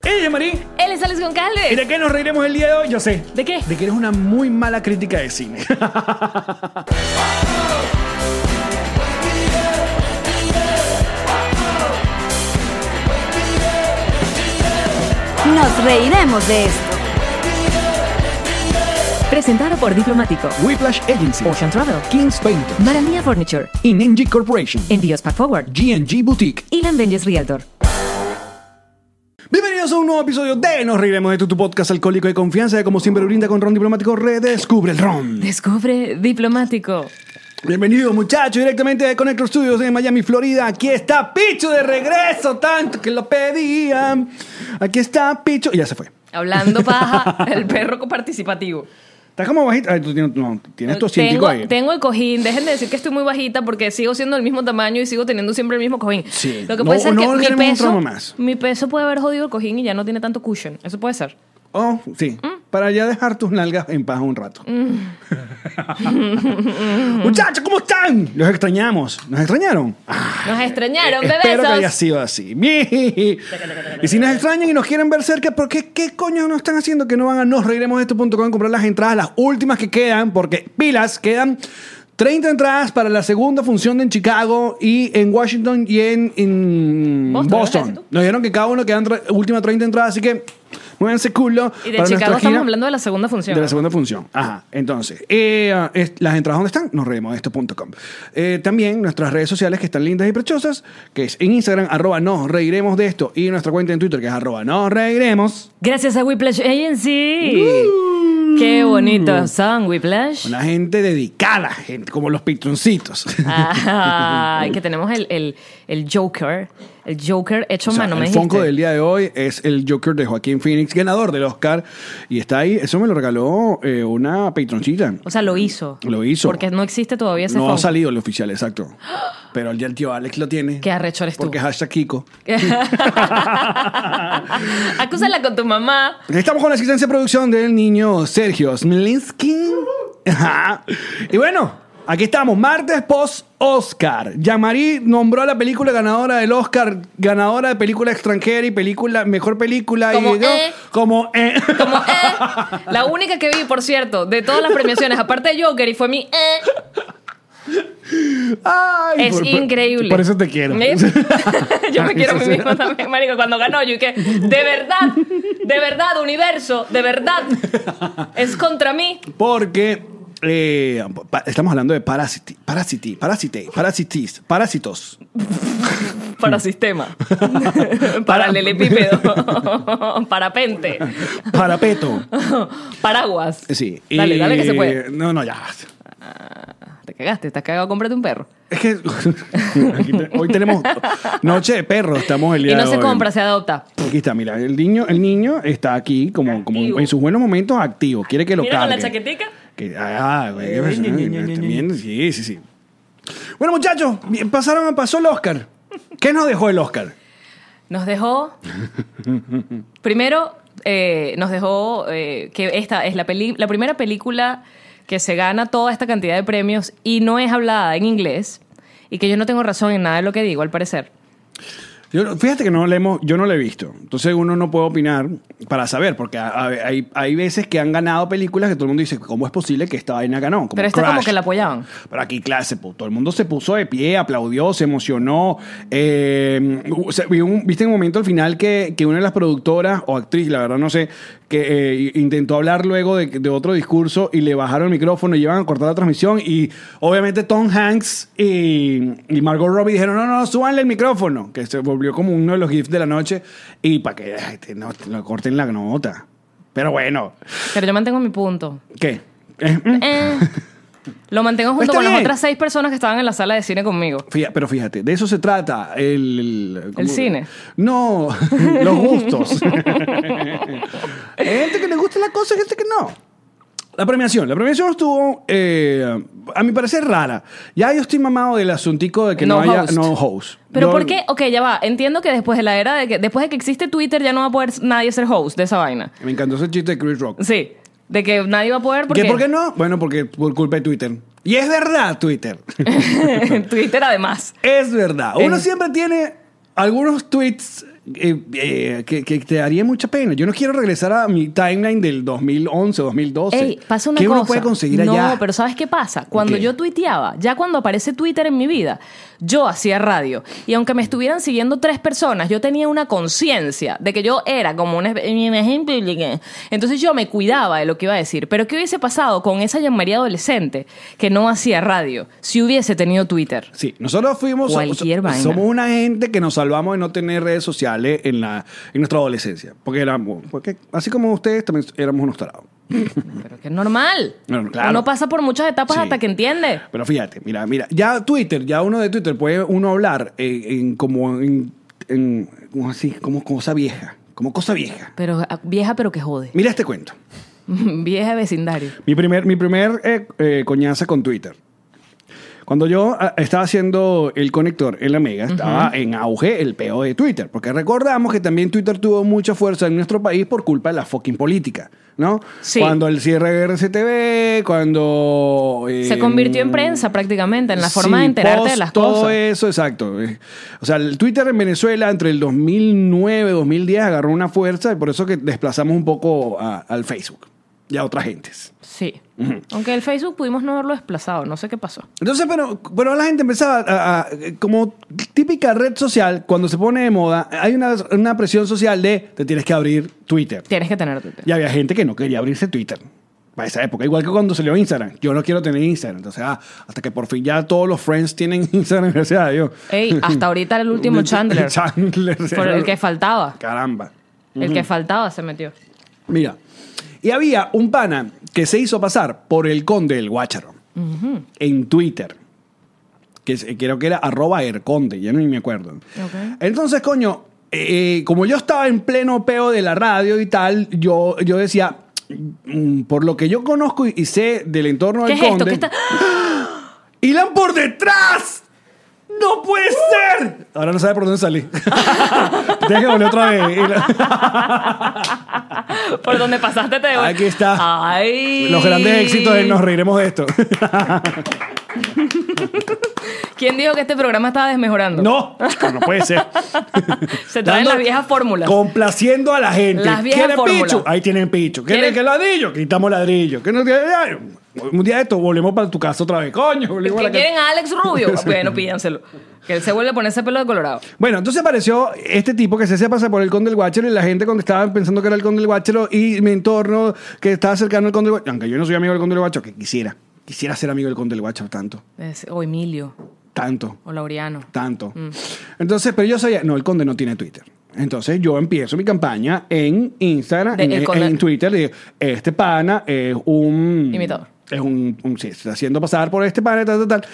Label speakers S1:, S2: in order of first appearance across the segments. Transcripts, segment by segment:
S1: González y Marí.
S2: Él es Alex Goncalves.
S1: ¿Y de qué nos reiremos el día de hoy? Yo sé.
S2: ¿De qué?
S1: De que eres una muy mala crítica de cine.
S3: Nos reiremos de esto.
S2: Presentado por Diplomático,
S1: Whiplash Agency,
S2: Ocean Travel,
S1: Kings Painters,
S2: Maranía Furniture,
S1: ING Corporation,
S2: Envíos Pack Forward
S1: GNG Boutique.
S2: y Venges Realtor.
S1: Bienvenidos a un nuevo episodio de Nos Reiremos de tu, tu podcast alcohólico de confianza. que Como siempre brinda con Ron Diplomático, redescubre el Ron.
S2: Descubre Diplomático.
S1: Bienvenidos muchachos, directamente de Connector Studios en Miami, Florida. Aquí está Picho de regreso, tanto que lo pedían. Aquí está Picho. Y ya se fue.
S2: Hablando paja, el perro participativo.
S1: Estás como bajito. Ay, tú tienes, no, tienes tu asientico
S2: tengo,
S1: ahí.
S2: tengo el cojín. Dejen de decir que estoy muy bajita porque sigo siendo del mismo tamaño y sigo teniendo siempre el mismo cojín.
S1: Sí.
S2: Lo que
S1: No-
S2: puede ser
S1: no
S2: que mi
S1: queremos un
S2: peso,
S1: tramo más.
S2: mi peso puede haber jodido el cojín y ya no tiene tanto cushion. Eso puede ser.
S1: Oh, sí. Para ya dejar tus nalgas en paz un rato. Muchachos, ¿cómo están? Los extrañamos. ¿Nos extrañaron? Ah,
S2: Nos extrañaron,
S1: eh,
S2: bebés.
S1: Espero que haya sido así. y si nos extrañan y nos quieren ver cerca, ¿por qué, qué coño nos están haciendo que no van a nosreiremosdeesto.com a comprar las entradas, las últimas que quedan? Porque pilas, quedan 30 entradas para la segunda función en Chicago y en Washington y en, en
S2: Boston,
S1: Boston.
S2: ¿verdad? Sí, tú.
S1: Nos dijeron que cada uno quedan tre- últimas 30 entradas, así que muévanse culo.
S2: Y de
S1: para nuestra
S2: Chicago estamos
S1: gira
S2: hablando de la segunda función.
S1: de la segunda función. Ajá. Entonces, eh, es- las entradas dónde están? Nos esto.com. Eh, también nuestras redes sociales que están lindas y preciosas, que es en Instagram, arroba nos reiremos de esto, y nuestra cuenta en Twitter, que es arroba nos reiremos.
S2: Gracias a Whiplash Agency. Qué bonitos son Whiplash.
S1: Uh. Una gente dedicada, gente, como los pitroncitos.
S2: Ay, que tenemos el, el, el Joker. El Joker hecho
S1: O
S2: a
S1: sea,
S2: mano, me
S1: el Funko
S2: dijiste.
S1: del día de hoy es el Joker de Joaquín Phoenix, ganador del Oscar, y está ahí. Eso me lo regaló eh, una patroncita.
S2: O sea, lo hizo.
S1: Lo hizo.
S2: Porque no existe todavía ese
S1: No ha
S2: Funko.
S1: salido el oficial, exacto. Pero ya el tío Alex lo tiene.
S2: Qué arrecho eres tú.
S1: Porque hashtag Kiko.
S2: Acúsala con tu mamá.
S1: Estamos con la asistencia de producción del niño Sergio Smilinski. Ajá. Y bueno, aquí estamos, martes post-Oscar. Yamari nombró a la película ganadora del Oscar, ganadora de película extranjera y película, mejor película.
S2: Como,
S1: y, ¿no?
S2: eh.
S1: como eh.
S2: Como, eh. La única que vi, por cierto, de todas las premiaciones, aparte de Joker, y fue mi, eh.
S1: Ay,
S2: Es
S1: por- por-
S2: increíble.
S1: Por eso te quiero.
S2: ¿Eh? yo me
S1: Ay,
S2: quiero a
S1: sí,
S2: mí
S1: sí.
S2: mismo también, marico. Cuando ganó, yo y que, de verdad, de verdad, universo, de verdad, es contra mí.
S1: Porque eh, pa- estamos hablando de parásiti, parásiti, parásite, parásitis, parásitos.
S2: Para sistema. Paralelepípedo. Parapente.
S1: Parapeto.
S2: Paraguas.
S1: Sí. y-
S2: Dale, dale que se puede.
S1: No, no, ya.
S2: Te cagaste, estás cagado, cómprate un perro.
S1: Es que aquí te- hoy tenemos noche de perros, estamos el día
S2: Y no
S1: de
S2: se
S1: hoy.
S2: compra, se adopta.
S1: Aquí está, mira, el niño, el niño está aquí como, como
S2: Activo.
S1: en sus buenos momentos activo, quiere que lo
S2: Mira con la
S1: cargue.
S2: chaquetica.
S1: Que- ah, güey, qué personaje, también, sí, sí, sí. Bueno, muchachos, bien, pasaron, pasó el Oscar. ¿Qué nos dejó el Oscar?
S2: Nos dejó. primero, eh, nos dejó eh, que esta es la, peli- la primera película que se gana toda esta cantidad de premios y no es hablada en inglés. Y que yo no tengo razón en nada de lo que digo, al parecer.
S1: Yo- fíjate que no le hemos, yo no lo he visto. Entonces uno no puede opinar para saber, porque a- a- hay, hay veces que han ganado películas que todo el mundo dice, ¿cómo es posible que esta vaina ganó? Como
S2: Pero esta como
S1: Crash.
S2: que la apoyaban.
S1: Pero aquí, claro, se pu- todo el mundo se puso de pie, aplaudió, se emocionó. Eh, o sea, vi un- Viste en un momento al final que, que una de las productoras o actriz, la verdad no sé, que eh, intentó hablar luego de, de otro discurso y le bajaron el micrófono y llevan a cortar la transmisión. Y obviamente Tom Hanks y, y Margot Robbie dijeron: No, no, súbanle el micrófono, que se volvió como uno de los gifs de la noche. Y para que ay, te- no, te lo corten la nota. Pero bueno,
S2: Pero yo mantengo mi punto.
S1: ¿qué? Eh, mm.
S2: Eh, lo mantengo junto
S1: Está
S2: con las
S1: bien.
S2: otras seis personas que estaban en la sala de cine conmigo.
S1: Fija- pero fíjate, de eso se trata el... ¿cómo?
S2: cine.
S1: No, los gustos. Hay gente que le gusta la cosa y gente que no. La premiación. La premiación estuvo, eh, a mi parecer, rara. Ya yo estoy mamado del asuntico de que no,
S2: No
S1: haya
S2: host.
S1: no host.
S2: Pero
S1: Yo-
S2: ¿por qué? Ok, ya va. Entiendo que después de la era de que después de que existe Twitter ya no va a poder nadie ser host de esa vaina.
S1: Me encantó ese chiste de Chris Rock.
S2: Sí, de que nadie va a poder
S1: ¿Qué,
S2: porque
S1: ¿Por qué no? Bueno, porque por culpa de Twitter. Y es verdad, Twitter.
S2: Twitter además.
S1: Es verdad. Uno
S2: Es-
S1: siempre tiene algunos tweets eh, eh, que, que te daría mucha pena. Yo no quiero regresar a mi timeline del 2011, 2012.
S2: Ey, pasa una
S1: ¿Qué
S2: cosa.
S1: uno puede conseguir
S2: no,
S1: allá?
S2: pero ¿sabes qué pasa? Cuando
S1: ¿Qué?
S2: yo tuiteaba, ya cuando aparece Twitter en mi vida, yo hacía radio. Y aunque me estuvieran siguiendo tres personas, yo tenía una conciencia de que yo era como un ejemplo. Entonces yo me cuidaba de lo que iba a decir. Pero ¿qué hubiese pasado con esa llamaría adolescente que no hacía radio si hubiese tenido Twitter?
S1: Sí, nosotros fuimos.
S2: Cualquier
S1: so-
S2: vaina.
S1: Somos una gente que nos salvamos de no tener redes sociales en, la, en nuestra adolescencia. Porque éramos. Porque así como ustedes, también éramos unos tarados.
S2: Pero que es normal.
S1: No, no, claro.
S2: Uno pasa por muchas etapas
S1: Sí.
S2: hasta que entiende.
S1: Pero fíjate, mira, mira, ya Twitter, ya uno de Twitter puede uno hablar en, en como en, en- como así, como cosa vieja, como cosa vieja.
S2: Pero ah, vieja, pero que jode.
S1: Mira este cuento.
S2: vieja de vecindario.
S1: Mi primer, mi primer eh, eh, coñaza con Twitter. Cuando yo ah, estaba haciendo el conector en la Mega, estaba en auge el peo de Twitter. Porque recordamos que también Twitter tuvo mucha fuerza en nuestro país por culpa de la fucking política, ¿no?
S2: Sí.
S1: Cuando el cierre de RCTV, cuando...
S2: Se
S1: eh,
S2: convirtió en prensa prácticamente, en la forma
S1: Sí,
S2: de enterarte de
S1: post,
S2: las
S1: Todo
S2: cosas.
S1: eso, exacto. Eh, O sea, el Twitter en Venezuela entre el 2009 2010 agarró una fuerza y por eso que desplazamos un poco a- al Facebook y a otras gentes.
S2: Sí. Aunque el Facebook pudimos no haberlo desplazado, no sé qué pasó.
S1: Entonces, pero, pero la gente empezaba a, a- como típica red social, cuando se pone de moda, hay una, una presión social de te tienes que abrir Twitter.
S2: Tienes que tener Twitter.
S1: Y había gente que no quería abrirse Twitter. Para esa época, igual que cuando salió Instagram. Yo no quiero tener Instagram. Entonces, ah, hasta que por fin ya todos los friends tienen Instagram, gracias a Dios.
S2: Ey, hasta ahorita el último Chandler.
S1: Chandler.
S2: Por el que faltaba.
S1: Caramba.
S2: El que faltaba se metió.
S1: Mira. Y había un pana que se hizo pasar por el conde del Guácharo en Twitter. Que es- creo que era arroba erconde, ya no ni me acuerdo. Entonces, coño, eh, eh, como yo estaba en pleno peo de la radio y tal, yo, yo decía, mm, por lo que yo conozco y- y sé del entorno
S2: ¿Qué
S1: del
S2: es esto?
S1: conde.
S2: ¿Qué está?
S1: ¡Hilan por detrás! ¡No puede
S2: ¡Uh!
S1: ser! Ahora no sabe por dónde salí. Tienes que volver otra vez.
S2: Por donde pasaste te devuelvo.
S1: Aquí está.
S2: Ay.
S1: Los grandes éxitos de Nos Reiremos de Esto.
S2: ¿Quién dijo que este programa estaba desmejorando?
S1: No, no puede ser.
S2: Se traen
S1: Dando-
S2: las viejas fórmulas.
S1: Complaciendo a la gente.
S2: Las viejas
S1: ¿Quieren
S2: fórmulas.
S1: picho? Ahí tienen picho. ¿Quieren,
S2: ¿Quieren-
S1: que ladrillo? Quitamos ladrillo. ¿Quieren que- ay, Un día de esto volvemos para tu casa otra vez. Coño,
S2: ¿Que
S1: volvemos a la casa.
S2: quieren a Alex Rubio? Bueno, pídanselo. Que él se vuelve a poner ese pelo de colorado.
S1: Bueno, entonces apareció este tipo que se hacía pasar por el conde del Guachero y la gente cuando estaba pensando que era el conde del Guachero y mi entorno que estaba cercano al conde del Guachero, aunque yo no soy amigo del conde del Guachero, que quisiera, quisiera ser amigo del conde del Guachero tanto,
S2: Es- o Emilio,
S1: tanto,
S2: o Laureano.
S1: tanto.
S2: Mm.
S1: Entonces, pero yo sabía, no, el conde no tiene Twitter. Entonces yo empiezo mi campaña en Instagram,
S2: De-
S1: en,
S2: el conde-
S1: en Twitter, y digo, este pana es un...
S2: Imitador.
S1: Es un, un- sí, se está haciendo pasar por este pana, tal, tal, tal.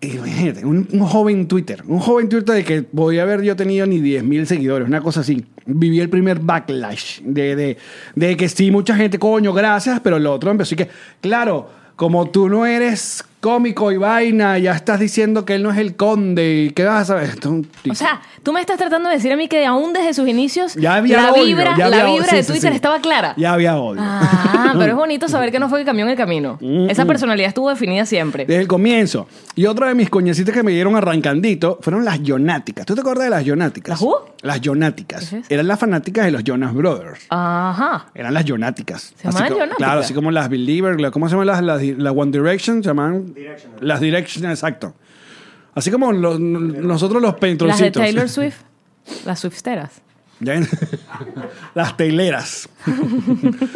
S1: Imagínate, un, un joven Twitter, un joven Twitter de que podía haber yo tenido ni 10.000 seguidores, una cosa así. Viví el primer backlash de, de, de que sí, mucha gente, coño, gracias, pero el otro empezó y que, claro, como tú no eres cómico y vaina, ya estás diciendo que él no es el conde y qué vas a saber. Esto es un tipo.
S2: O sea, tú me estás tratando de decir a mí que aún desde sus inicios
S1: ya había
S2: la
S1: odio,
S2: vibra,
S1: ya
S2: la
S1: había-
S2: vibra
S1: sí,
S2: de
S1: sí,
S2: Twitter
S1: sí.
S2: estaba clara.
S1: Ya había odio.
S2: Ah, pero es bonito saber que no fue que cambió en el camino.
S1: Mm,
S2: Esa personalidad estuvo definida siempre.
S1: Desde el comienzo. Y otra de mis coñecitas que me dieron arrancandito fueron las Jonáticas. ¿Tú te acuerdas de las Jonáticas?
S2: ¿Las who?
S1: Las Jonáticas.
S2: ¿Qué es eso?
S1: Eran las fanáticas de los Jonas Brothers.
S2: Ajá.
S1: Eran las Jonáticas.
S2: ¿Se llamaban
S1: Así co-
S2: Jonáticas?
S1: Claro, así como las Believer, la- ¿cómo se llaman las, las, las One Direction? Se llaman las Direction, exacto. Así como los- nosotros los
S2: Las
S1: pentroncitos.
S2: de Taylor Swift, las Swifteras.
S1: Ya ven. Las teleras.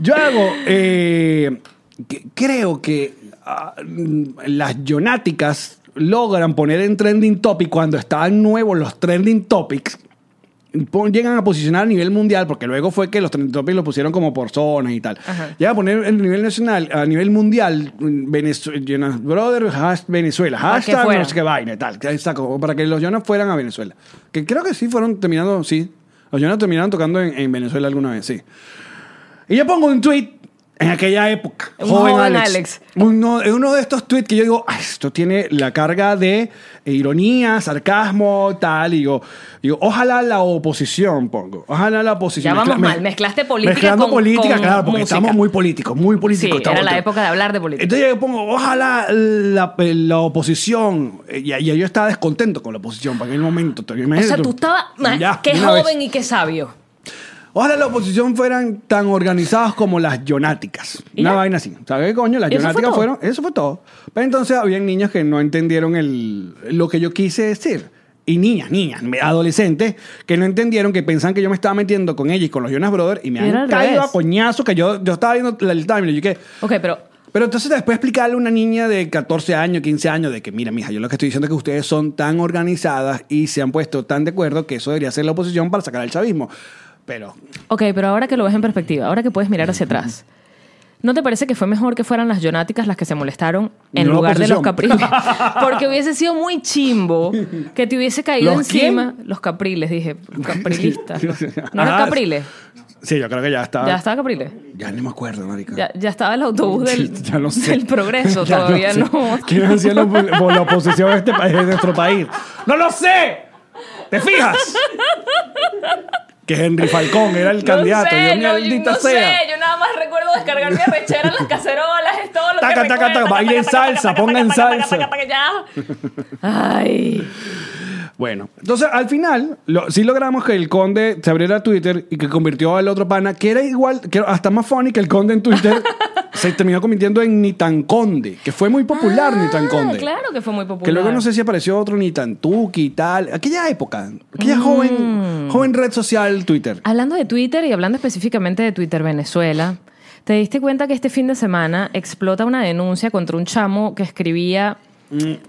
S1: Yo hago, eh, que- creo que ah, mm, las yonáticas logran poner en trending topic cuando estaban nuevos los trending topics. pon- Llegan a posicionar a nivel mundial, porque luego fue que los trending topics los pusieron como por zonas y tal.
S2: Ajá.
S1: Llegan a poner a nivel nacional, a nivel mundial, mm, Venezuela, Jonas Brothers, hash- Venezuela,
S2: Para que
S1: hashtag, no
S2: fueran.
S1: sé qué vaina y tal. que saco, para que los Jonas fueran a Venezuela. Que creo que sí fueron terminando, sí. Los Jonas terminaron tocando en, en Venezuela alguna vez, sí. Y yo pongo un tweet en aquella época.
S2: Un
S1: joven,
S2: joven
S1: Alex.
S2: Alex.
S1: Uno, uno de estos tweets que yo digo, "Ay, esto tiene la carga de ironía, sarcasmo, tal. Y digo, digo, ojalá la oposición, pongo. Ojalá la oposición.
S2: Ya vamos
S1: Mezcla-
S2: mal, mezclaste política
S1: Mezclando
S2: con-
S1: política,
S2: con
S1: claro, porque
S2: música.
S1: estamos muy políticos, muy
S2: Sí,
S1: políticos.
S2: era
S1: estamos-
S2: la época de hablar de política.
S1: Entonces yo pongo, ojalá la, la oposición. eh, Ya, ya yo estaba descontento con la oposición para aquel momento. te-
S2: O
S1: imagínate
S2: sea,
S1: tú.
S2: tú estabas. ma-
S1: Ya,
S2: qué
S1: de una vez.
S2: joven y qué sabio.
S1: Ojalá la oposición fueran tan organizadas como las yonáticas.
S2: ¿Y
S1: Una
S2: ya?
S1: vaina así. ¿Sabes qué coño? Las
S2: ¿Y eso fue
S1: yonáticas
S2: todo?
S1: fueron. Eso fue todo. Pero entonces habían niños que no entendieron el, lo que yo quise decir. Y niñas, niñas, me- adolescentes que no entendieron, que pensaban que yo me estaba metiendo con ellos y con los Jonas Brothers y me
S2: Y era
S1: han
S2: al
S1: caído
S2: revés.
S1: a coñazo que yo, yo estaba viendo el timeline. y yo que,
S2: Ok, pero.
S1: pero entonces después explicarle a una niña de 14 años, 15 años, de que, mira, mija, yo lo que estoy diciendo es que ustedes son tan organizadas y se han puesto tan de acuerdo que eso debería ser la oposición para sacar al chavismo. Pero
S2: Ok, pero ahora que lo ves en perspectiva, ahora que puedes mirar hacia atrás. ¿No te parece que fue mejor que fueran las Jonáticas las que se molestaron en
S1: No la
S2: lugar de los
S1: oposición.
S2: Capriles? Porque hubiese sido muy chimbo que te hubiese caído
S1: ¿Los
S2: encima los Capriles, dije, los Caprilistas. los- ¿No eran
S1: Ajá.
S2: Capriles?
S1: Sí, yo creo que ya estaba.
S2: ¿Ya estaba Capriles?
S1: Ya no me acuerdo, marica.
S2: Ya, ya estaba el autobús del,
S1: Sí, ya no sé.
S2: del progreso,
S1: Ya
S2: todavía
S1: sé.
S2: no.
S1: ¿Quiénes han sido la op- por la oposición de, este país, de nuestro país? ¡No lo sé! ¿Te fijas? Que Henry Falcón era el candidato.
S2: No
S1: Dios
S2: sé,
S1: mío,
S2: no,
S1: maldita
S2: no
S1: sea.
S2: sé, yo nada más recuerdo descargar mi arrechera en las cacerolas, es todo lo
S1: Taca,
S2: que
S1: taca,
S2: recuerdo.
S1: taca, baile en
S2: Taca, taca,
S1: salsa,
S2: taca,
S1: ponga en
S2: taca, taca,
S1: salsa.
S2: taca, taca, ya. Ay,
S1: Bueno, entonces al final lo- sí logramos que el conde se abriera Twitter y que convirtió al otro pana, que era igual, que era hasta más funny que el conde en Twitter, se terminó convirtiendo en Ni tan Conde, que fue muy popular Ni tan
S2: Ah,
S1: Conde.
S2: Claro que fue muy popular.
S1: Que luego no sé si apareció otro ni Tantuki y tal. Aquella época, aquella
S2: Mm.
S1: joven, joven red social Twitter.
S2: Hablando de Twitter y hablando específicamente de Twitter Venezuela, ¿te diste cuenta que este fin de semana explota una denuncia contra un chamo que escribía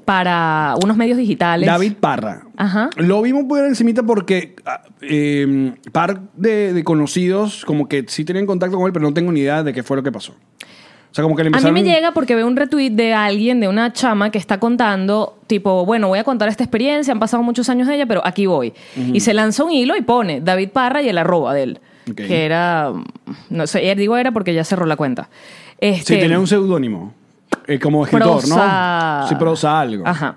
S2: para unos medios digitales?
S1: Mm. David Parra.
S2: Ajá.
S1: Lo vimos por encimita porque ah, eh, par de, de conocidos como que sí tenían contacto con él, pero no tengo ni idea de qué fue lo que pasó. O sea, como que le
S2: A mí
S1: empezaron...
S2: me llega porque veo un retweet de alguien, de una chama que está contando, tipo, bueno, voy a contar esta experiencia, han pasado muchos años de ella, pero aquí voy. Y se lanza un hilo y pone David Parra y el arroba de él.
S1: Ok.
S2: Que era, no sé, digo era porque ya cerró la cuenta.
S1: Sí,
S2: Este,
S1: tenía un seudónimo. eh, como escritor,
S2: prosa-
S1: ¿no? Sí, prosa algo.
S2: Ajá.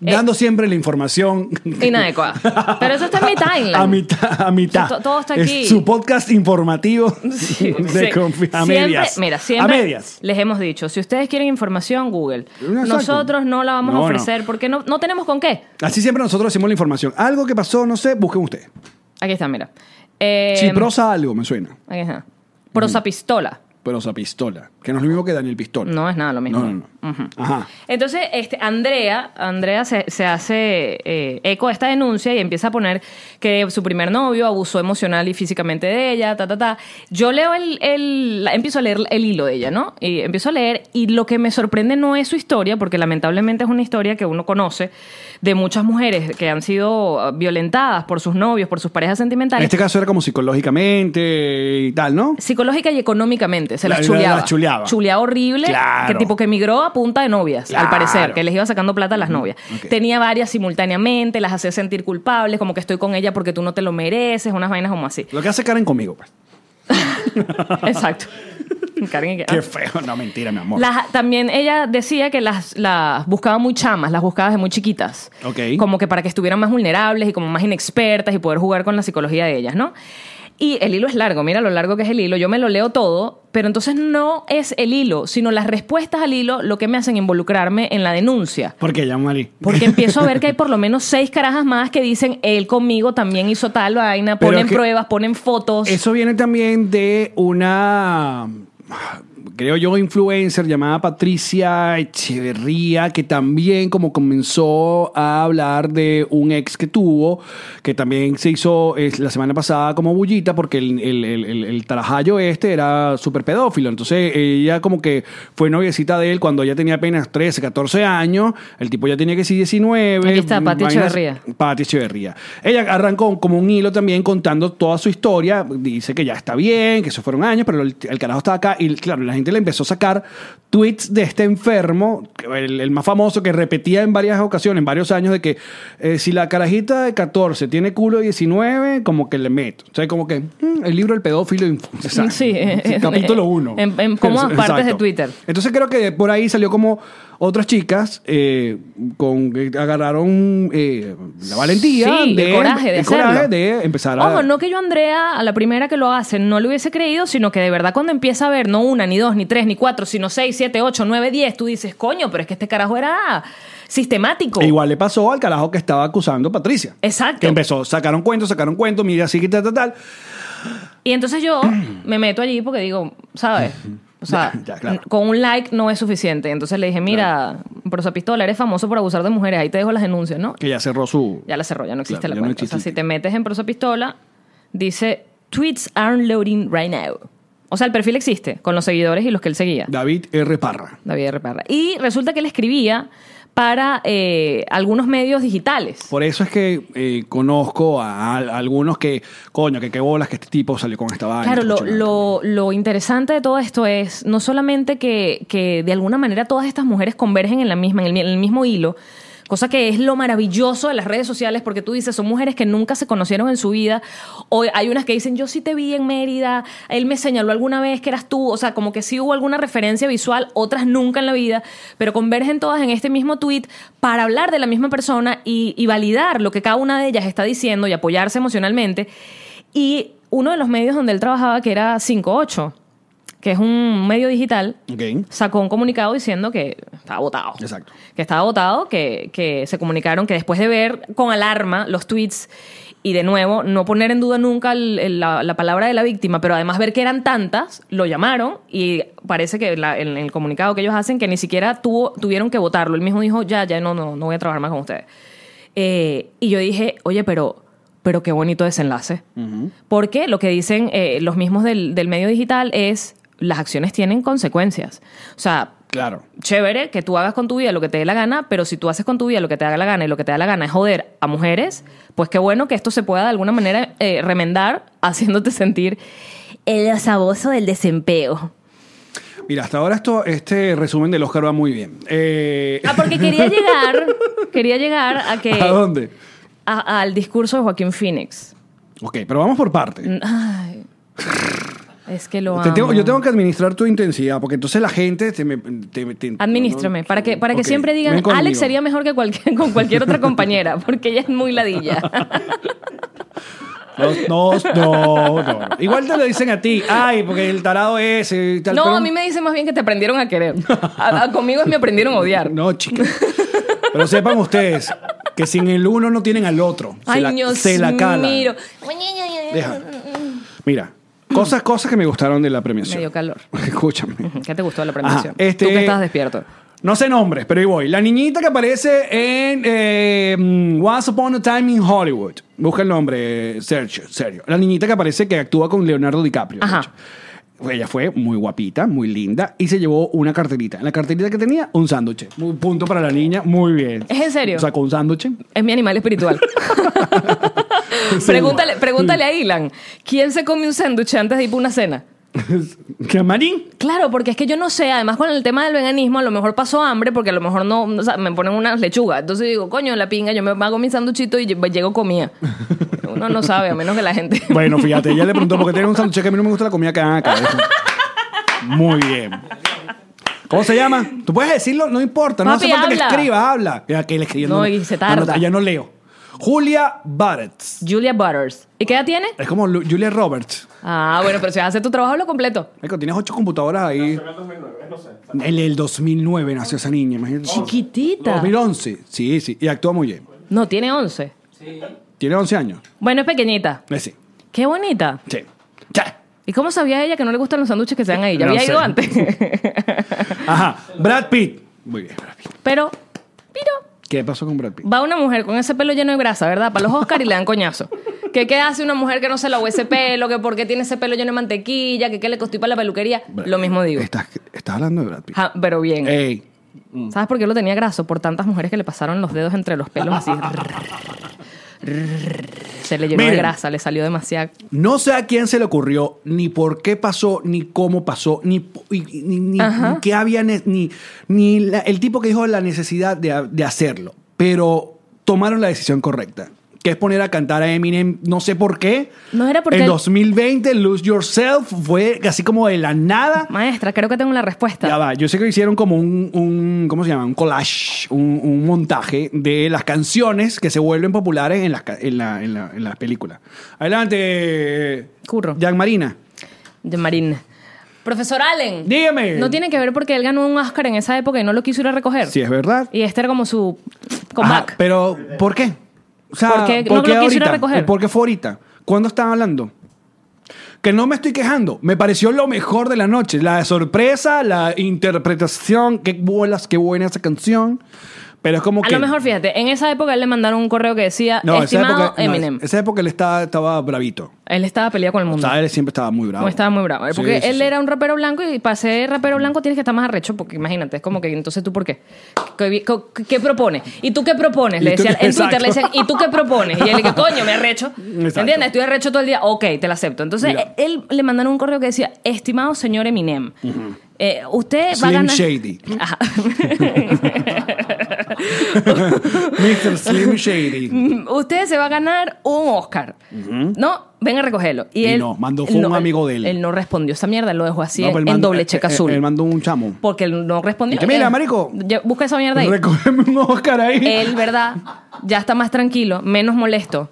S2: Eh,
S1: Dando siempre la información.
S2: Inadecuada. Pero eso está en mi timeline.
S1: A mitad. A
S2: O
S1: mitad.
S2: sea, to- todo está
S1: Es
S2: aquí.
S1: su podcast informativo de
S2: Sí.
S1: confi- a
S2: Siempre-
S1: medias.
S2: Mira, siempre
S1: A medias.
S2: les hemos dicho, si ustedes quieren información, Google.
S1: Exacto.
S2: Nosotros no la vamos
S1: No,
S2: a
S1: no.
S2: ofrecer porque no, no tenemos con qué.
S1: Así siempre nosotros hacemos la información. Algo que pasó, no sé, busquen ustedes.
S2: Aquí está, mira. Eh,
S1: Si prosa algo, me suena.
S2: Aquí está. Prosa pistola.
S1: Prosa pistola. Que no es lo mismo que Daniel Pistola.
S2: No es nada lo mismo.
S1: No, no, no.
S2: Ujú.
S1: Ajá.
S2: Entonces, este, Andrea, Andrea se, se hace eh, eco de esta denuncia y empieza a poner que su primer novio abusó emocional y físicamente de ella, ta, ta, ta. Yo leo el, el- la- empiezo a leer el hilo de ella, ¿no? Y empiezo a leer y lo que me sorprende no es su historia, porque lamentablemente es una historia que uno conoce de muchas mujeres que han sido violentadas por sus novios, por sus parejas
S1: En
S2: sentimentales.
S1: este caso era como psicológicamente y tal, ¿no?
S2: Psicológica y económicamente, se
S1: La-
S2: las
S1: la-
S2: chuleaba.
S1: las chuleaba.
S2: Chuleaba horrible.
S1: Claro.
S2: Que tipo que emigró a punta de novias,
S1: Claro.
S2: al parecer, que les iba sacando plata a las novias.
S1: ok.
S2: Tenía varias simultáneamente, las hacía sentir culpables, como que estoy con ella porque tú no te lo mereces, unas vainas como así.
S1: Lo que hace Karen conmigo, pues.
S2: Exacto. Karen y que-
S1: Qué feo. No, mentira, mi amor.
S2: Las- también ella decía que las, las buscaba muy chamas, las buscaba de muy chiquitas.
S1: Ok.
S2: Como que para que estuvieran más vulnerables y como más inexpertas y poder jugar con la psicología de ellas, ¿no? Y el hilo es largo, mira lo largo que es el hilo, yo me lo leo todo, pero entonces no es el hilo, sino las respuestas al hilo lo que me hacen involucrarme en la denuncia.
S1: ¿Por qué, Yamari?
S2: Porque empiezo a ver que hay por lo menos seis carajas más que dicen, él conmigo también hizo tal vaina,
S1: Pero
S2: ponen
S1: es que-
S2: pruebas, ponen fotos.
S1: Eso viene también de una, creo yo, influencer llamada Patricia Echeverría, que también como comenzó a hablar de un ex que tuvo, que también se hizo eh, la semana pasada como bullita, porque el, el, el- el- el tarajayo este era súper pedófilo. Entonces ella como que fue noviecita de él cuando ella tenía apenas 13, 14 años, el tipo ya tenía que sí 19.
S2: Aquí está, Pati
S1: vainas-
S2: Echeverría.
S1: Pati Echeverría. Ella arrancó como un hilo también contando toda su historia. Dice que ya está bien, que esos fueron años, pero el, el carajo está acá. Y claro, la gente gente le empezó a sacar tweets de este enfermo, el, el más famoso que repetía en varias ocasiones, en varios años, de que eh, si la carajita de 14 tiene culo de 19, como que le meto. O sea, como que mm, el libro del pedófilo. inf- exacto.
S2: Sí, eh,
S1: capítulo
S2: eh,
S1: 1.
S2: en- en como partes de Twitter.
S1: Entonces creo que por ahí salió como otras chicas eh, con, que agarraron eh, la valentía,
S2: Sí, el
S1: de,
S2: coraje de
S1: el coraje
S2: hacerlo.
S1: de empezar a...
S2: Ojo, no que yo, Andrea, a la primera que lo hace, no lo hubiese creído, sino que de verdad cuando empieza a ver, no una, ni dos, ni tres, ni cuatro, sino seis, siete, ocho, nueve, diez, tú dices, coño, pero es que este carajo era sistemático.
S1: E igual le pasó al carajo que estaba acusando a Patricia.
S2: Exacto.
S1: Que empezó, sacaron cuentos, sacaron cuentos, mira, así que tal, tal, tal.
S2: Y entonces yo me meto allí porque digo, ¿sabes? O sea,
S1: Ya, ya, claro.
S2: con un like no es suficiente. Entonces le dije, mira, por esa pistola, eres famoso por abusar de mujeres, ahí te dejo las denuncias, ¿no?
S1: Que ya cerró su...
S2: Ya la cerró, ya no existe
S1: Claro,
S2: la
S1: ya no
S2: cuenta. o sea,
S1: existe.
S2: si te metes en Prosa Pistola, dice tweets aren't loading right now. O sea, el perfil existe con los seguidores y los que él seguía.
S1: David R. Parra.
S2: David R. Parra. Y resulta que él escribía para eh, algunos medios digitales.
S1: Por eso es que eh, conozco a, a algunos que, coño, que qué bolas que este tipo salió con esta vaina.
S2: Claro,
S1: esta
S2: lo,
S1: cuchonada.
S2: lo- lo interesante de todo esto es no solamente que, que de alguna manera todas estas mujeres convergen en la misma, en el, mi- en el mismo hilo, cosa que es lo maravilloso de las redes sociales, porque tú dices, son mujeres que nunca se conocieron en su vida, o hay unas que dicen, yo sí te vi en Mérida, él me señaló alguna vez que eras tú, o sea, como que sí hubo alguna referencia visual, otras nunca en la vida, pero convergen todas en este mismo tweet para hablar de la misma persona y, y validar lo que cada una de ellas está diciendo y apoyarse emocionalmente. Y uno de los medios donde él trabajaba, que era 58, que es un medio digital,
S1: Ok.
S2: sacó un comunicado diciendo que estaba votado.
S1: Exacto.
S2: Que estaba votado, que, que se comunicaron que después de ver con alarma los tweets y de nuevo no poner en duda nunca el- el- la, la palabra de la víctima, pero además ver que eran tantas, lo llamaron y parece que la- en el comunicado que ellos hacen que ni siquiera tuvo, tuvieron que votarlo. Él mismo dijo, ya, ya, no, no, no voy a trabajar más con ustedes. Eh, y yo dije, oye, pero, pero qué bonito desenlace. Porque lo que dicen eh, los mismos del, del medio digital es las acciones tienen consecuencias. O sea,
S1: Claro.
S2: chévere que tú hagas con tu vida lo que te dé la gana, pero si tú haces con tu vida lo que te haga la gana y lo que te da la gana es joder a mujeres, pues qué bueno que esto se pueda de alguna manera eh, remendar haciéndote sentir el asaboso del desempeo.
S1: Mira, hasta ahora esto, este resumen del Oscar va muy bien. Eh,
S2: Ah, porque quería llegar, quería llegar a que
S1: ¿A dónde?
S2: a- al discurso de Joaquín Phoenix.
S1: Ok, pero vamos por parte.
S2: Ay, es que lo
S1: Te tengo-
S2: amo.
S1: yo tengo que administrar tu intensidad, porque entonces la gente te me- te- te-
S2: Administrame,
S1: no-
S2: para que, para que
S1: Ok,
S2: siempre digan,
S1: ven conmigo.
S2: Alex sería mejor que cualquier, con cualquier otra compañera, porque ella es muy ladilla.
S1: No, no, no, no. Igual te lo dicen a ti. Ay, porque el tarado ese. y tal,
S2: no,
S1: pero-
S2: a mí me dicen más bien que te aprendieron a querer. A- a- conmigo es me aprendieron a odiar.
S1: No, chica. Pero sepan ustedes que sin el uno no tienen al otro. Se
S2: Ay,
S1: la,
S2: Dios
S1: se la calan.
S2: miro.
S1: Deja. Mira, cosas, cosas que me gustaron de la
S2: Me
S1: premiación.
S2: dio calor.
S1: Escúchame.
S2: ¿Qué te gustó de la premiación?
S1: Ajá, este-
S2: Tú que estabas despierto.
S1: No sé nombres, pero ahí voy. La niñita que aparece en eh, mm, Once Upon a Time in Hollywood. Busca el nombre, eh, Sergio. Sergio. La niñita que aparece que actúa con Leonardo DiCaprio. de
S2: Ajá.
S1: hecho. Pues Ella fue muy guapita, muy linda y se llevó una carterita. En la carterita que tenía, un sándwich. Muy punto para la niña, muy bien.
S2: ¿Es en serio?
S1: Sacó un sándwich.
S2: Es mi animal espiritual. pregúntale, pregúntale
S1: Mm.
S2: a Ilan, ¿quién se come un sándwich antes de ir para una cena?
S1: ¿Qué, Marín?
S2: Claro, porque es que yo no sé, además con el tema del veganismo, a lo mejor pasó hambre porque a lo mejor no, o sea, me ponen unas lechugas. Entonces digo, coño, la pinga, yo me hago mi sanduchito y lle- llego comida. Uno no sabe, a menos que la gente.
S1: Bueno, fíjate, ella le preguntó porque tiene un sándwich que a mí no me gusta la comida que hagan acá. Muy bien. ¿Cómo se llama? Tú puedes decirlo, no importa, no hace
S2: Papi,
S1: falta
S2: habla.
S1: que escriba, habla. Ya que él escribiendo.
S2: No, y se tarda.
S1: No, no, ya no leo. Julia Barrett.
S2: Julia Butters. ¿Y qué edad tiene?
S1: Es como Lu- Julia Roberts.
S2: Ah, bueno, pero si hace tu trabajo lo completo.
S1: Marico, Tienes ocho computadoras ahí. En el, 2009 nació esa niña, imagínate.
S2: Chiquitita.
S1: 2011. Sí, sí. Y actúa muy bien.
S2: No, tiene 11.
S1: Tiene 11 años.
S2: Bueno, es pequeñita.
S1: Eh, Sí.
S2: Qué bonita.
S1: Sí. Ya.
S2: ¿Y cómo sabía ella que no le gustan los sándwiches que se dan ahí? Ya
S1: No
S2: había
S1: sé.
S2: ido antes.
S1: Ajá. Brad Pitt. Muy bien, Brad Pitt.
S2: pero, pero,
S1: ¿Qué pasó con Brad Pitt?
S2: Va una mujer con ese pelo lleno de grasa, ¿verdad? Para los Oscar y le dan coñazo. ¿Qué, qué hace una mujer que no se lavó ese pelo? ¿Que por qué tiene ese pelo lleno de mantequilla? ¿Que qué le costó ir para la peluquería? Lo mismo digo.
S1: Estás, estás hablando de Brad Pitt.
S2: Ja, pero bien.
S1: Ey,
S2: ¿Sabes por qué lo tenía graso? Por tantas mujeres que le pasaron los dedos entre los pelos así. Se le llenó de
S1: Miren.
S2: grasa, le salió demasiado.
S1: No sé a quién se le ocurrió, ni por qué pasó, ni cómo pasó, ni, po- y- y- ni, ni-
S2: Ajá.
S1: ni qué había, ne- ni, ni la- el tipo que dijo la necesidad de, ha- de hacerlo. Pero tomaron la decisión correcta, que es poner a cantar a Eminem, no sé por qué.
S2: No era porque
S1: En
S2: él-
S1: 2020, Lose Yourself fue así como de la nada.
S2: Maestra, creo que tengo la respuesta.
S1: Ya va, yo sé que hicieron como un, un- ¿cómo se llama? Un collage, un, un montaje de las canciones que se vuelven populares en las, ca- en la- en la- en las películas. Adelante.
S2: Curro.
S1: Jan Marina.
S2: De Marín. Profesor Allen.
S1: Dígame.
S2: No tiene que ver porque él ganó un Oscar en esa época y no lo quiso ir a recoger.
S1: Si es verdad.
S2: Y este era como su
S1: Ajá,
S2: comeback.
S1: Pero, ¿por qué? O sea,
S2: ¿Por qué no lo quiso ir a
S1: ahorita?
S2: recoger?
S1: ¿Por qué fue ahorita? ¿Cuándo estaban hablando? Que no me estoy quejando. Me pareció lo mejor de la noche. La sorpresa, la interpretación. Qué bolas, qué buena esa canción. Pero es como
S2: a
S1: que.
S2: lo mejor, fíjate, en esa época él le mandaron un correo que decía,
S1: No, esa
S2: estimado
S1: época, no,
S2: Eminem.
S1: esa época él estaba, estaba bravito.
S2: Él estaba peleado con el
S1: O
S2: mundo.
S1: sea, él siempre estaba muy bravo.
S2: No estaba muy bravo.
S1: Sí,
S2: Porque
S1: sí,
S2: él
S1: sí.
S2: era un rapero blanco y para ser rapero blanco tienes que estar más arrecho, porque imagínate, es como que entonces tú por qué? ¿Qué, qué- qué propones? ¿Y tú qué propones? Le
S1: ¿Y tú
S2: decían,
S1: qué?
S2: en Twitter le decían,
S1: Exacto.
S2: ¿y tú qué propones? Y él que coño, me arrecho.
S1: Exacto.
S2: ¿Entiendes? Estoy arrecho todo el día. Ok, te la acepto. Entonces,
S1: Mira.
S2: él le mandaron un correo que decía, estimado señor Eminem, eh, usted va a
S1: Slim
S2: ganar...
S1: Shady.
S2: Ajá.
S1: Mr. Slim Shady.
S2: Mm, Usted se va a ganar un Oscar. No, ven a recogerlo. Y,
S1: Y
S2: él.
S1: no, mandó fue un amigo de él.
S2: Él no respondió esa mierda, él lo dejó así
S1: No, pero
S2: en,
S1: él mandó-
S2: doble checa
S1: eh, eh,
S2: azul.
S1: Él mandó un chamo.
S2: porque él no respondió.
S1: Y que, mira,
S2: Eh,
S1: marico,
S2: ya- busca esa mierda ahí.
S1: Recógeme un Oscar ahí.
S2: Él, ¿verdad? Ya está más tranquilo, menos molesto.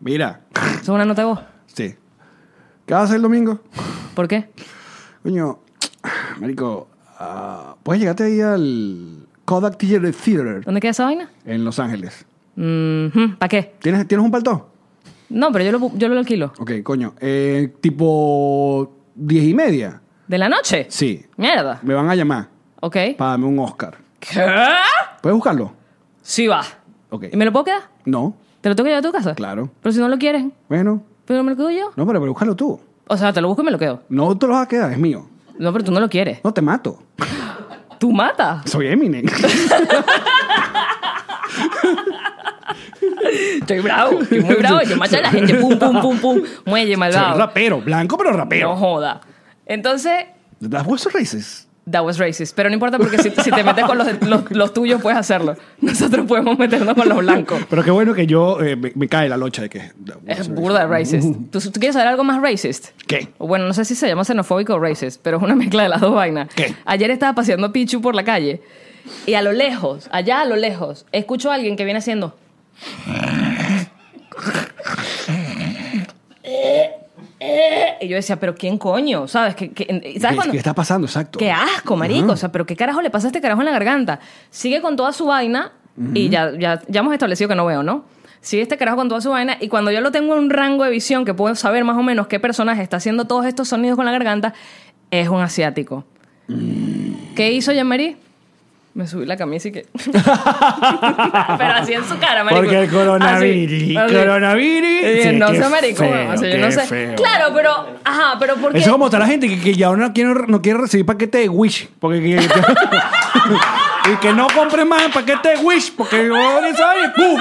S1: Mira,
S2: Eso es una nota de voz.
S1: sí. ¿Qué vas a hacer el domingo?
S2: ¿Por qué?
S1: Coño, marico, ah, puedes llegarte ahí al Kodak Theater Theater
S2: ¿Dónde queda esa vaina?
S1: en Los Ángeles.
S2: ¿Para qué?
S1: ¿Tienes, ¿tienes un palto?
S2: No, pero yo lo, bu- yo lo alquilo.
S1: Ok, coño. Eh, tipo diez y media.
S2: ¿De la noche?
S1: Sí.
S2: Mierda.
S1: Me van a llamar
S2: Ok.
S1: para darme un Oscar.
S2: ¿Qué?
S1: ¿Puedes buscarlo?
S2: Sí va.
S1: Ok.
S2: ¿Y me lo puedo quedar?
S1: No,
S2: ¿Te lo tengo que llevar a tu casa?
S1: claro.
S2: Pero si no lo quieres,
S1: Bueno,
S2: pero me lo quedo yo.
S1: no, pero, pero búscalo tú.
S2: O sea, te lo busco y me lo quedo.
S1: No te lo vas a quedar, es mío.
S2: No, pero tú no lo quieres.
S1: No te mato.
S2: Tú matas.
S1: Soy Eminem.
S2: Estoy bravo, estoy muy bravo. Yo mato a la gente. Pum, pum, pum, pum. Muelle,
S1: Soy
S2: malvado.
S1: rapero, blanco pero
S2: No
S1: rapero.
S2: joda. Entonces,
S1: Las vuestras raíces.
S2: That was racist. Pero no importa porque si, si te metes con los, los, los tuyos puedes hacerlo. Nosotros podemos meternos con los blancos.
S1: Pero qué bueno que yo eh, me, me cae la locha de que
S2: Es burda de racist. ¿Tú, tú quieres saber algo más racist?
S1: ¿Qué?
S2: O Bueno, no sé si se llama xenofóbico o racist, pero es una mezcla de las dos vainas.
S1: ¿Qué?
S2: Ayer estaba paseando a Pichu por la calle y a lo lejos, allá a lo lejos, escucho a alguien que viene haciendo... Y yo decía, pero ¿quién coño? ¿Sabes? ¿Qué, qué-
S1: ¿Qué,
S2: sabes cuando-
S1: qué está pasando? Exacto.
S2: Qué asco, marico. O sea, pero qué carajo le pasa a este carajo en la garganta. Sigue con toda su vaina y ya, ya, ya hemos establecido que no veo, ¿no? Sigue este carajo con toda su vaina y cuando yo lo tengo en un rango de visión que puedo saber más o menos qué personaje está haciendo todos estos sonidos con la garganta, es un asiático.
S1: Mm.
S2: ¿Qué hizo Jean-Marie? Me subí la camisa y que... pero así en su cara, marico.
S1: Porque el coronavirus.
S2: Así, así.
S1: Coronavirus.
S2: Y dije,
S1: sí,
S2: no
S1: qué
S2: sé, marico.
S1: feo,
S2: o sea, yo
S1: qué
S2: no sé.
S1: feo.
S2: Claro, pero... Ajá, pero porque...
S1: Eso es como está la gente que, que ya no quiere, no quiere recibir paquete de Wish. Porque que- que- y que no compre más paquete de Wish. Porque yo ni sabe. ¡Pum!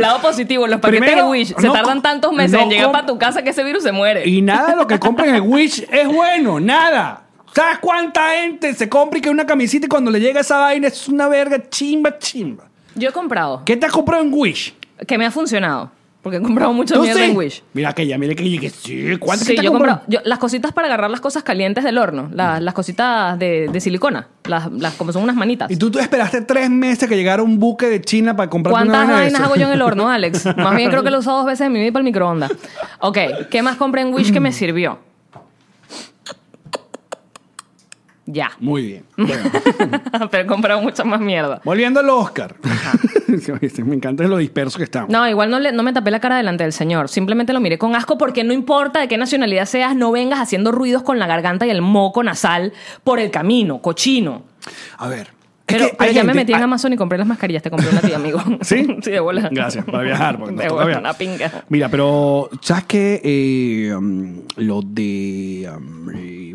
S2: Lado positivo, los paquetes
S1: Primero,
S2: de Wish se
S1: no
S2: tardan
S1: co-
S2: tantos meses
S1: no
S2: en llegar
S1: com-
S2: para tu casa que ese virus se muere.
S1: Y nada de lo que compren en Wish es bueno. Nada. ¿Sabes cuánta gente se compra y que una camisita y cuando le llega esa vaina es una verga chimba, chimba?
S2: Yo he comprado,
S1: ¿Qué te has comprado en Wish?
S2: que me ha funcionado, porque he comprado mucho
S1: ¿Tú
S2: mierda
S1: sí?
S2: en Wish.
S1: Mira que ya, mira que llegué. Sí, ¿cuánto
S2: Sí,
S1: que te
S2: yo
S1: has
S2: he comprado-
S1: comprado? Mm.
S2: yo- las cositas para agarrar las cosas calientes del horno, las, las cositas de, de silicona, las, las- como son unas manitas.
S1: Y tú, tú esperaste tres meses que llegara un buque de China para comprar
S2: ¿Cuántas vainas hago yo en el horno, Alex? Más bien creo que lo he usado dos veces en mi vida y para el microondas. Ok, ¿qué más compré en Wish que me sirvió? Ya.
S1: Muy bien. Bueno,
S2: Pero he comprado mucha más mierda.
S1: volviendo al Oscar. Me encanta lo disperso que estamos.
S2: No, igual no, le- no me tapé la cara delante del señor. Simplemente lo miré con asco porque no importa de qué nacionalidad seas, no vengas haciendo ruidos con la garganta y el moco nasal por el camino, cochino.
S1: A ver. es
S2: Pero,
S1: que
S2: pero
S1: hay
S2: ya me
S1: gente-
S2: metí en
S1: hay-
S2: Amazon y compré las mascarillas. Te compré una tía, amigo.
S1: ¿Sí?
S2: sí, de bola.
S1: Gracias, para viajar. porque nos
S2: de
S1: toca
S2: bola,
S1: viajar.
S2: una pinga.
S1: Mira, pero ¿sabes qué? Eh, um, lo de... um, eh,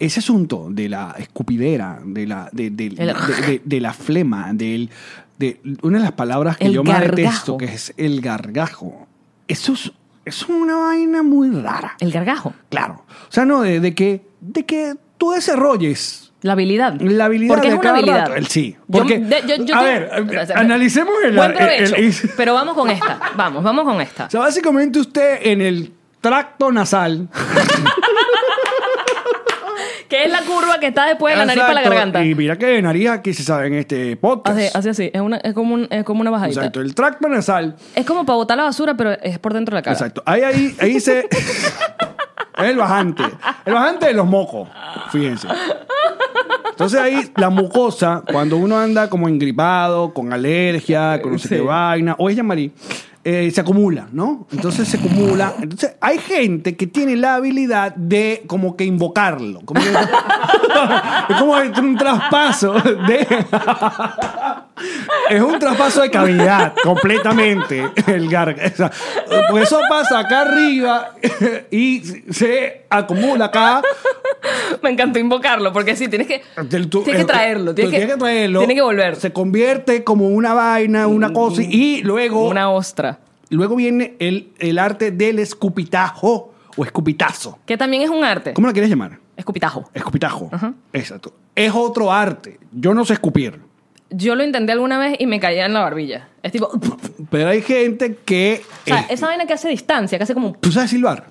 S1: ese asunto de la escupidera, de la, de, del-
S2: El-
S1: de- de- de la flema, del... de una de las palabras que
S2: El
S1: yo más
S2: gargajo.
S1: detesto, que es el gargajo. Eso es, eso es una vaina muy rara.
S2: El gargajo.
S1: Claro. O sea, no, de, de que, de que tú desarrolles
S2: La habilidad.
S1: la habilidad
S2: Porque
S1: de
S2: es una
S1: cada
S2: habilidad.
S1: rato. El sí.
S2: Yo-
S1: Porque,
S2: de- yo- yo
S1: a
S2: te-
S1: ver, eh,
S2: o sea,
S1: analicemos el...
S2: Buen
S1: el- el-
S2: provecho. Pero vamos con esta. Vamos, vamos con esta.
S1: o sea, básicamente usted en el tracto nasal...
S2: Que es la curva que está después de la nariz para la
S1: Exacto.
S2: garganta.
S1: Y mira que de nariz aquí se sabe en este podcast.
S2: Así, así, así. Es, una, es, como, un- es como una bajadita.
S1: Exacto, el tracto nasal.
S2: Es como para botar la basura, pero es por dentro de la cara.
S1: Exacto. Ahí, ahí, ahí se. es el bajante. El bajante de los mocos. Fíjense. Entonces ahí la mucosa, cuando uno anda como engripado, con alergia, con no sé
S2: Sí.
S1: qué vaina, o es llamarí, eh, se acumula, ¿no? Entonces se acumula. Entonces hay gente que tiene la habilidad de como que invocarlo. Como que- es como un traspaso de... Es un traspaso de cavidad, completamente. El garga. o sea, Pues eso pasa acá arriba y se acumula acá.
S2: Me encantó invocarlo, porque sí, tienes que,
S1: Del- tú-
S2: tienes que
S1: eh,
S2: traerlo.
S1: tú
S2: Tienes, que,
S1: traerlo.
S2: Tiene que volver. Mm.
S1: Se convierte como una vaina, una cosa. Y luego,
S2: Una ostra.
S1: luego viene el, el arte del escupitajo o escupitazo.
S2: Que también es un arte.
S1: ¿Cómo la quieres llamar?
S2: Escupitajo.
S1: Escupitajo.
S2: Ajá.
S1: Exacto. Es otro arte. Yo no sé escupir.
S2: Yo lo intenté alguna vez y me caía en la barbilla. Es tipo. O
S1: Pero hay gente que.
S2: sea,
S1: eh,
S2: esa vaina que hace distancia, que hace como.
S1: ¿Tú sabes silbar?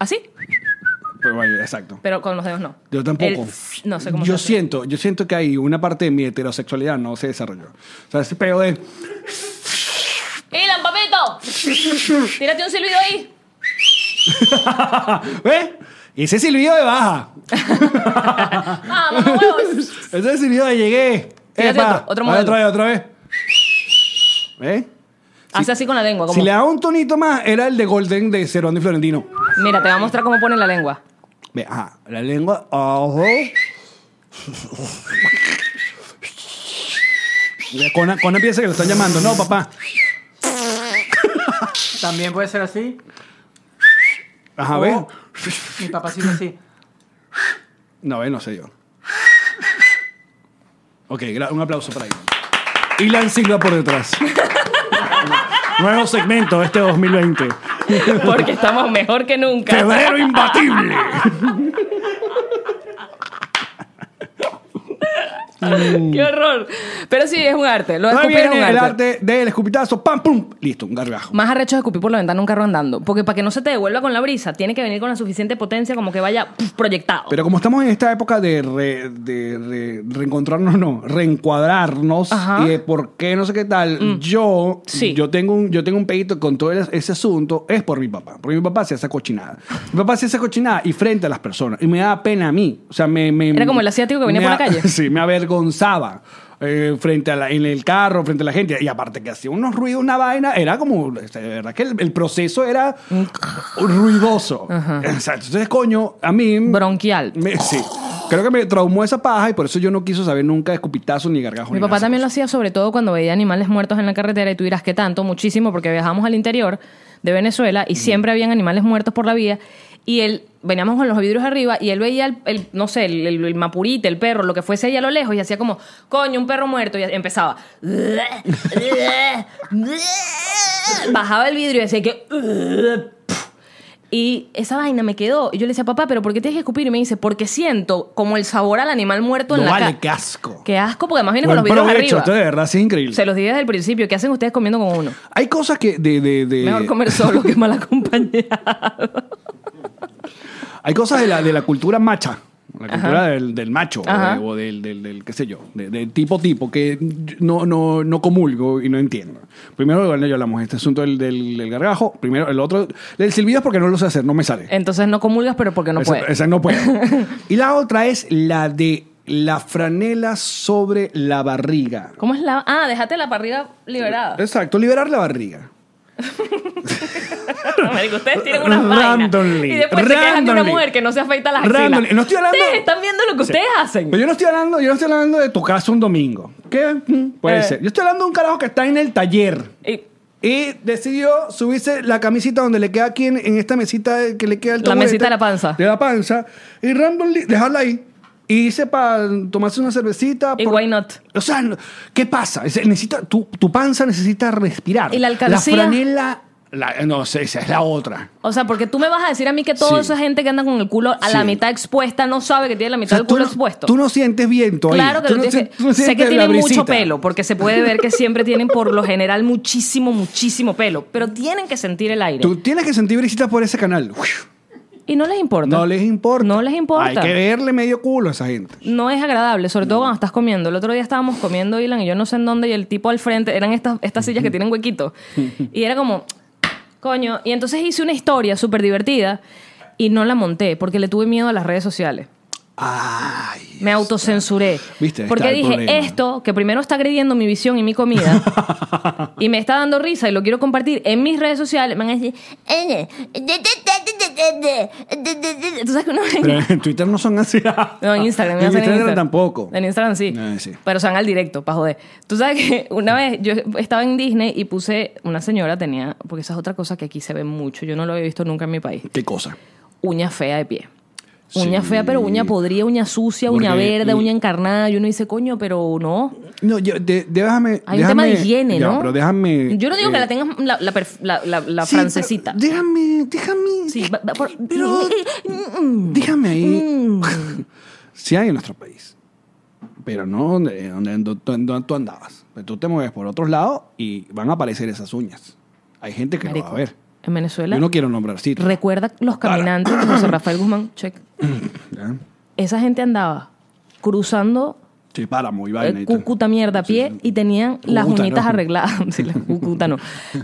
S2: Así,
S1: Pero vaya, exacto.
S2: pero con los dedos no.
S1: Yo tampoco.
S2: El- no sé cómo
S1: Yo
S2: se hace.
S1: siento, yo siento que hay una parte de mi heterosexualidad no se desarrolló. O sea, ese pedo de
S2: ¡Ilan, papito! ¡Tírate un silbido ahí!
S1: ¿ves? Y ¿eh? ese silbido de baja.
S2: ¡Ah, mamá huevos!
S1: ese silbido de llegué.
S2: Fíjate,
S1: Epa,
S2: otro- otro
S1: a ver,
S2: modelo.
S1: otra vez, otra vez. ¿Ves?
S2: Hace así con la lengua. Como,
S1: Si le daba un tonito más, era el de Golden de Cerón y Florentino.
S2: Mira, te voy a mostrar cómo pone la lengua.
S1: Ve, ajá, la lengua, ojo. Mira, Conan, Conan piensa que lo están llamando. No, papá.
S3: También puede ser así.
S1: Ajá, ¿ves?
S3: O- Mi papá sigue así.
S1: No, eh, no sé yo. Ok, gra- un aplauso para Ilan. Ilan Silva por detrás. Nuevo segmento este 2020.
S2: Porque estamos mejor que nunca.
S1: Febrero imbatible.
S2: ¡Qué horror! Pero sí, es un arte. Lo de
S1: Ahí
S2: escupir es un
S1: viene el
S2: arte.
S1: arte del escupitazo. ¡Pam, pum! Listo, un gargajo.
S2: Más arrecho es escupir por la ventana un carro andando. Porque para que no se te devuelva con la brisa, tiene que venir con la suficiente potencia como que vaya puf, proyectado.
S1: Pero como estamos en esta época de, re- de re- reencontrarnos, no, reencuadrarnos
S2: Ajá. Mm.
S1: y de por qué no sé qué tal, yo,
S2: Sí.
S1: yo tengo un, yo tengo un pedito con todo el- ese asunto, es por mi papá. Porque mi papá se hace cochinada. Mi papá se hace cochinada y frente a las personas. Y me daba pena a mí. O sea, me. me-
S2: Era como el asiático que venía
S1: me
S2: por la
S1: a-
S2: calle.
S1: Sí, me avergonzaba. eh, frente a la, en el carro, frente a la gente. Y aparte que hacía unos ruidos, una vaina, era como, o sea, de verdad que el, el proceso era ruidoso. O sea, entonces, coño, a mí
S2: Bronquial.
S1: me- sí. Creo que me traumó esa paja y por eso yo no quiso saber nunca de escupitazo ni gargajo.
S2: Mi
S1: ni
S2: papá
S1: nada.
S2: también lo hacía sobre todo cuando veía animales muertos en la carretera y tú dirás que tanto, muchísimo, porque viajamos al interior de Venezuela y siempre habían animales muertos por la vía y él veníamos con los vidrios arriba y él veía el, el- no sé, el, el- el mapurite, el perro, lo que fuese ahí a lo lejos y hacía como, coño, un perro muerto y empezaba. Bajaba el vidrio y hacía que... Y esa vaina me quedó. Y yo le decía, papá, ¿pero por qué tienes que escupir? Y me dice, porque siento como el sabor al animal muerto en
S1: No
S2: la ca-
S1: vale, qué asco.
S2: Qué asco, porque además viene
S1: Buen
S2: con los videos
S1: provecho,
S2: arriba.
S1: esto de verdad, sí es increíble.
S2: Se los dije desde el principio. ¿Qué hacen ustedes comiendo con uno?
S1: Hay cosas que de, de, de-
S2: Mejor comer solo que mal acompañado.
S1: hay cosas de la, de la cultura macha. La cultura del, del macho o,
S2: Ajá.
S1: de- o del, del- del, qué sé yo, de- del tipo tipo que no, no, no comulgo y no entiendo. Primero, bueno, ya hablamos de este asunto del, del, del gargajo. Primero, el otro, el silbido es porque no lo sé hacer, no me sale.
S2: Entonces no comulgas, pero porque no
S1: esa,
S2: puedes.
S1: esa no puedo. y la otra es la de la franela sobre la barriga.
S2: ¿Cómo es la...? Ah, déjate la parrilla liberada.
S1: Exacto, liberar la barriga.
S2: No, marico, ustedes tienen unas vainas.
S1: Randomly,
S2: Y después se quejan de una
S1: randomly.
S2: mujer que no se afeita las axilas.
S1: Randomly, no estoy hablando-
S2: Ustedes están viendo lo que ustedes hacen.
S1: Pero Pues yo no estoy hablando, yo no estoy hablando de tu casa un domingo. ¿Qué? Mm, Puede
S2: Eh.
S1: ser. Yo estoy hablando de un carajo que está en el taller.
S2: Y
S1: Y decidió subirse la camisita donde le queda aquí en, en esta mesita que le queda el este,
S2: La
S1: taburete.
S2: mesita de la panza.
S1: De la panza. Y randomly, dejarla ahí. y dice para tomarse una cervecita.
S2: Y why not?
S1: O sea, no- ¿qué pasa? Es- Necesita, tu, tu panza necesita respirar.
S2: ¿Y la alcancía?
S1: La franela, la- no sé, esa es la otra.
S2: O sea, porque tú me vas a decir a mí que
S1: Sí.
S2: toda esa gente que anda con el culo a la
S1: Sí.
S2: mitad expuesta no sabe que tiene la
S1: O
S2: mitad
S1: sea,
S2: del
S1: tú
S2: culo
S1: no-
S2: expuesto.
S1: Tú no sientes viento ahí.
S2: Claro que
S1: Tú
S2: lo
S1: no
S2: tienes
S1: sien-
S2: que-
S1: tú no
S2: sé que
S1: sientes la
S2: tienen mucho
S1: brisita.
S2: pelo, porque se puede ver que siempre tienen por lo general muchísimo, muchísimo pelo, pero tienen que sentir el aire.
S1: Tú tienes que sentir brisitas por ese canal.
S2: Y no les importa.
S1: No les importa.
S2: No les importa.
S1: Hay que verle medio culo a esa gente.
S2: No es agradable, sobre todo cuando estás comiendo. El otro día estábamos comiendo, Ilan, y yo no sé en dónde, y el tipo al frente, eran estas, estas sillas que tienen huequitos. Y era como, coño. Y entonces hice una historia súper divertida y no la monté porque le tuve miedo a las redes sociales.
S1: Ay.
S2: Me autocensuré.
S1: Viste, ahí
S2: Porque
S1: está el
S2: dije,
S1: problema.
S2: esto que primero está agrediendo mi visión y mi comida y me está dando risa y lo quiero compartir en mis redes sociales, me van a decir, "Eh, ¿tú sabes que uno
S1: Pero en Twitter no son así.
S2: No, en Instagram. me
S1: En
S2: hacen
S1: Instagram tampoco.
S2: En Instagram sí.
S1: Ah, sí.
S2: Pero se van al directo, para joder. Tú sabes que una vez yo estaba en Disney y puse, una señora tenía, porque esa es otra cosa que aquí se ve mucho, yo no lo había visto nunca en mi país,
S1: ¿Qué cosa?
S2: uña fea de pie. Uña
S1: Sí.
S2: fea, pero uña podrida, uña sucia, uña
S1: Porque-
S2: verde, uña encarnada. Y uno dice, coño, pero no.
S1: No, yo, de- déjame.
S2: Hay un tema de
S1: déjame-
S2: higiene,
S1: ya,
S2: ¿no?
S1: pero déjame.
S2: Yo no digo
S1: eh,
S2: que la tengas la, la perf- la- la- la
S1: sí,
S2: francesita.
S1: pero Déjame, déjame.
S2: Sí, va- va por-
S1: Pero. déjame ahí.
S2: Mm.
S1: Sí hay en nuestro país. Pero no donde, donde, donde- donde tú andabas. Pues Tú te mueves por otros lados y van a aparecer esas uñas. Hay gente que lo va
S2: Marico,
S1: a ver.
S2: En Venezuela,
S1: Yo no quiero nombrar sitios.
S2: recuerda los caminantes de José Rafael Guzmán, check.
S1: ¿ya?
S2: esa gente andaba cruzando
S1: Sí, páramo y
S2: eh,
S1: vaina. y tal.
S2: cúcuta mierda a pie
S1: Sí, sí.
S2: y tenían las
S1: Cúcuta,
S2: uñitas
S1: ¿no?
S2: arregladas. Sí, la cúcuta no.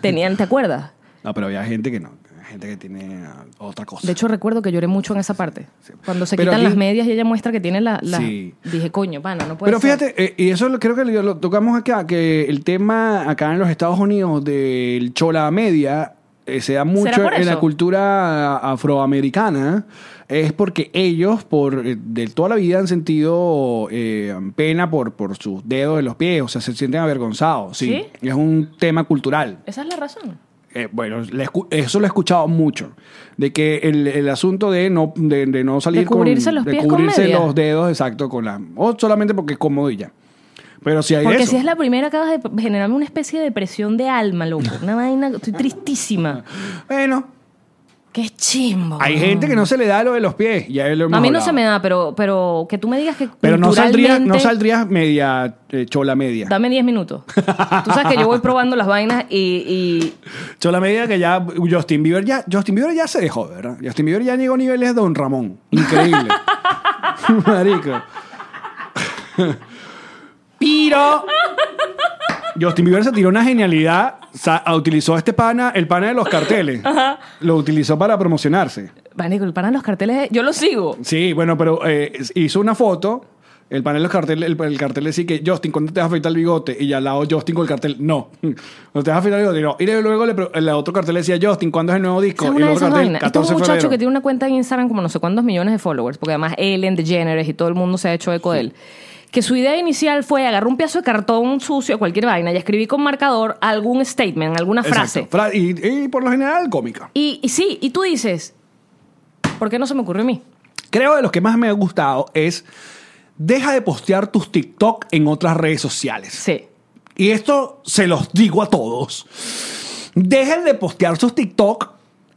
S2: Tenían, ¿te acuerdas?
S1: No, pero había gente que no. Hay Gente que tiene ah, otra cosa.
S2: De hecho, recuerdo que lloré mucho en esa parte. Cuando se
S1: Pero
S2: quitan
S1: aquí-
S2: las medias y ella muestra que tiene la- las...
S1: Sí.
S2: Dije, coño, pana, no puede
S1: Pero
S2: ser.
S1: fíjate, eh, y eso lo- creo que lo, lo tocamos acá, que el tema acá en los Estados Unidos del chola media eh, se da mucho
S2: por
S1: en la
S2: eso?
S1: cultura afroamericana, es porque ellos por eh, de toda la vida han sentido eh, pena por, por sus dedos de los pies, o sea, se sienten avergonzados, sí. Es un tema cultural.
S2: Esa es la razón.
S1: Eh, bueno, le escu- eso lo he escuchado mucho, de que el, el asunto de no, de, de no salir
S2: De cubrirse
S1: con,
S2: los
S1: de
S2: pies con
S1: cubrirse
S2: media.
S1: los dedos, exacto, con la... O solamente porque es cómodo y ya. Pero si hay
S2: Porque
S1: eso.
S2: si es la primera, acabas de generarme una especie de depresión de alma, loco. Una vaina... Estoy tristísima.
S1: Bueno,
S2: Qué chimbo.
S1: hay gente que no se le da lo de los pies. Ya lo hemos
S2: A mí no
S1: hablado.
S2: se me da, pero, pero que tú me digas que
S1: Pero no saldrías no
S2: culturalmente-
S1: saldrías media eh, chola media.
S2: Dame 10 minutos. Tú sabes que yo voy probando las vainas y,
S1: Chola media que ya Justin Bieber ya Justin Bieber ya se dejó, ¿verdad? Justin Bieber ya llegó a niveles de Don Ramón. Increíble. Marico. Piro. Justin Bieber se tiró una genialidad. sa- utilizó este pana, el pana de los carteles. Lo utilizó para promocionarse.
S2: y... Marico, el pana de los carteles, yo lo sigo.
S1: Sí, bueno, pero eh, hizo una foto. El panel de los carteles, el, el cartel decía que Justin, ¿cuándo te vas a afeitar el bigote? Y ya al lado Justin con el cartel, no. No te vas a afeitar el bigote, no. Y luego le pre- el otro cartel decía, Justin, ¿cuándo es el nuevo disco?
S2: Esa es
S1: y el
S2: una de
S1: otro
S2: esas
S1: cartel,
S2: vainas. Este es
S1: 14
S2: un
S1: de
S2: muchacho
S1: febrero.
S2: que tiene una cuenta en Instagram como no sé cuántos millones de followers, porque además Ellen DeGeneres y todo el mundo se ha hecho eco de él. Que su idea inicial fue agarrar un pedazo de cartón sucio, cualquier vaina, y escribí con marcador algún statement, alguna
S1: Exacto.
S2: frase.
S1: Fra- y, y por lo general, cómica.
S2: Y, y sí, y tú dices, ¿por qué no se me ocurrió a mí?
S1: Creo de los que más me ha gustado es, deja de postear tus TikTok en otras redes sociales.
S2: Sí.
S1: Y esto se los digo a todos. Dejen de postear sus TikTok.